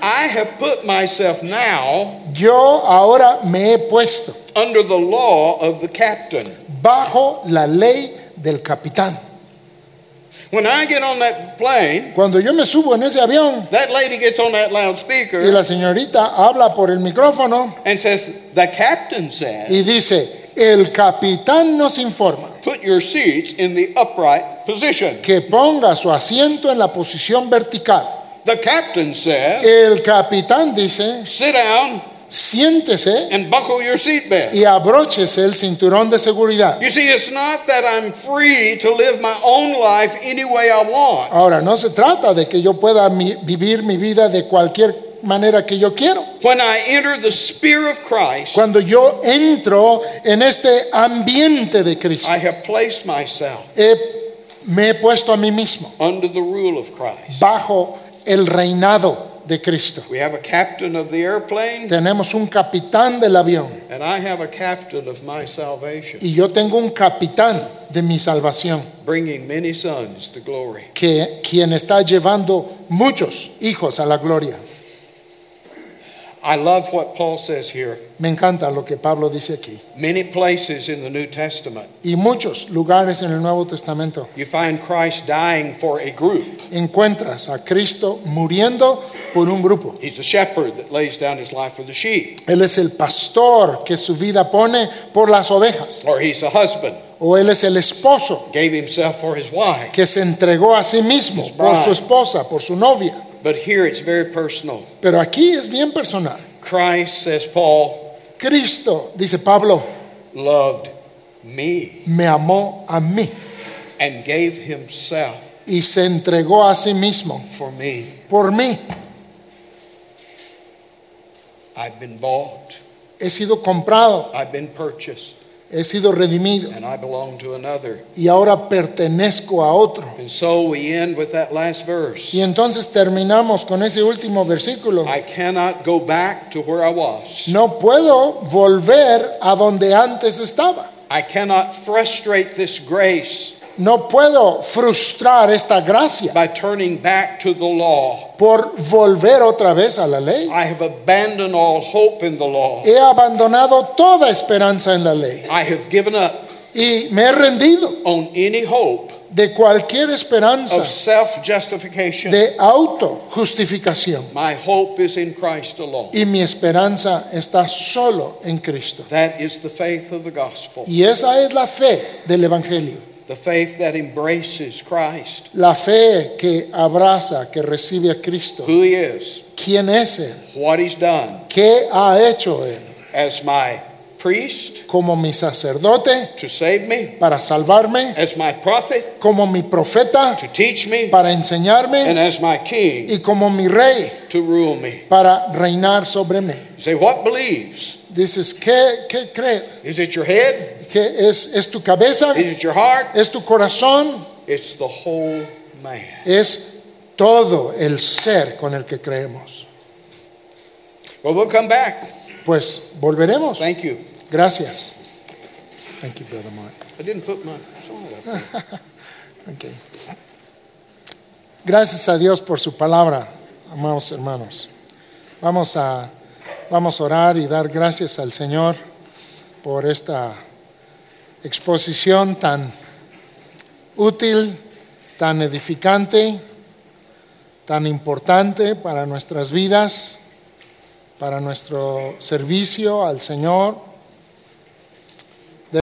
A: I have put myself now
B: Yo ahora me he puesto
A: under the law of the captain.
B: bajo la ley del capitán.
A: When I get on that plane,
B: Cuando yo me subo en ese avión
A: that lady gets on that
B: y
A: loudspeaker
B: la señorita habla por el micrófono
A: and says, The captain said,
B: y dice, el capitán nos informa
A: Put your seats in the upright position.
B: que ponga su asiento en la posición vertical.
A: The captain says,
B: El capitán dice,
A: sit down
B: siéntese
A: and buckle your seatbelt.
B: y abróchese el cinturón de seguridad.
A: You see, it's not that I'm free to live my own life any way I want.
B: Ahora, no se trata de que yo pueda mi- vivir mi vida de cualquier manera que yo quiero.
A: When I enter the sphere of Christ,
B: Cuando yo entro en este ambiente de Cristo,
A: I have placed myself
B: he- me he puesto a mí mismo
A: under the rule of Christ.
B: bajo el reinado de Cristo.
A: We have a captain of the airplane,
B: Tenemos un capitán del avión
A: and I have a captain of my salvation,
B: y yo tengo un capitán de mi salvación,
A: bringing many sons to glory.
B: que quien está llevando muchos hijos a la gloria.
A: I love what Paul says here.
B: Me encanta lo que Pablo dice aquí.
A: Many places in the New Testament,
B: Y muchos lugares en el Nuevo Testamento
A: you find Christ dying for a group.
B: encuentras a Cristo muriendo por un grupo.
A: He's a shepherd that lays down his life for the sheep,
B: Él es el pastor que su vida pone por las ovejas.
A: or he's a husband,
B: O él es el esposo
A: gave himself for his wife.
B: que se entregó a sí mismo por su esposa, por su novia.
A: But here it's very personal.
B: Pero aquí es bien personal.
A: Christ, says Paul,
B: Cristo, dice Pablo,
A: loved me
B: me amó a mí
A: and gave himself
B: y se entregó a sí mismo
A: for me.
B: por mí.
A: I've been bought.
B: He sido comprado,
A: I've been purchased,
B: he sido redimido
A: and I belong to another.
B: y ahora pertenezco a otro.
A: And so we end with that last verse.
B: Y entonces terminamos con ese último versículo.
A: I cannot go back to where I was.
B: No puedo volver a donde antes estaba.
A: I cannot frustrate this grace
B: No puedo frustrar esta gracia
A: by turning back to the law.
B: por volver otra vez a la ley.
A: I have abandoned all hope in the law.
B: He abandonado toda esperanza en la ley
A: I have given up
B: y me he rendido
A: on any hope
B: de cualquier esperanza
A: of self justification.
B: de autojustificación.
A: My hope is in Christ alone.
B: Y mi esperanza está solo en Cristo.
A: That is the faith of the gospel,
B: Y esa es la fe del Evangelio,
A: the faith that embraces Christ,
B: la fe que abraza, que recibe a Cristo.
A: who He is,
B: ¿Quién es Él?
A: what He's done
B: ¿Qué ha hecho Él?
A: as my priest
B: Como mi sacerdote
A: to save me,
B: para salvarme,
A: as my prophet
B: como mi profeta
A: to teach me,
B: para
A: and
B: enseñarme
A: as my king
B: y como mi rey
A: to rule me.
B: para reinar sobre mí.
A: You say, what believes?
B: Dices, ¿qué, qué crees?
A: Is it your head?
B: ¿Qué es, es tu cabeza?
A: Is it your heart?
B: ¿Es tu corazón?
A: It's the whole man.
B: Es todo el ser con el que creemos.
A: Well, we'll come back.
B: Pues volveremos.
A: Thank you.
B: Gracias. Thank you, Brother Mark.
A: I didn't put my song up.
B: Okay. Gracias a Dios por su palabra, amados hermanos. Vamos a, vamos a orar y dar gracias al Señor por esta exposición tan útil, tan edificante, tan importante para nuestras vidas, para nuestro servicio al Señor.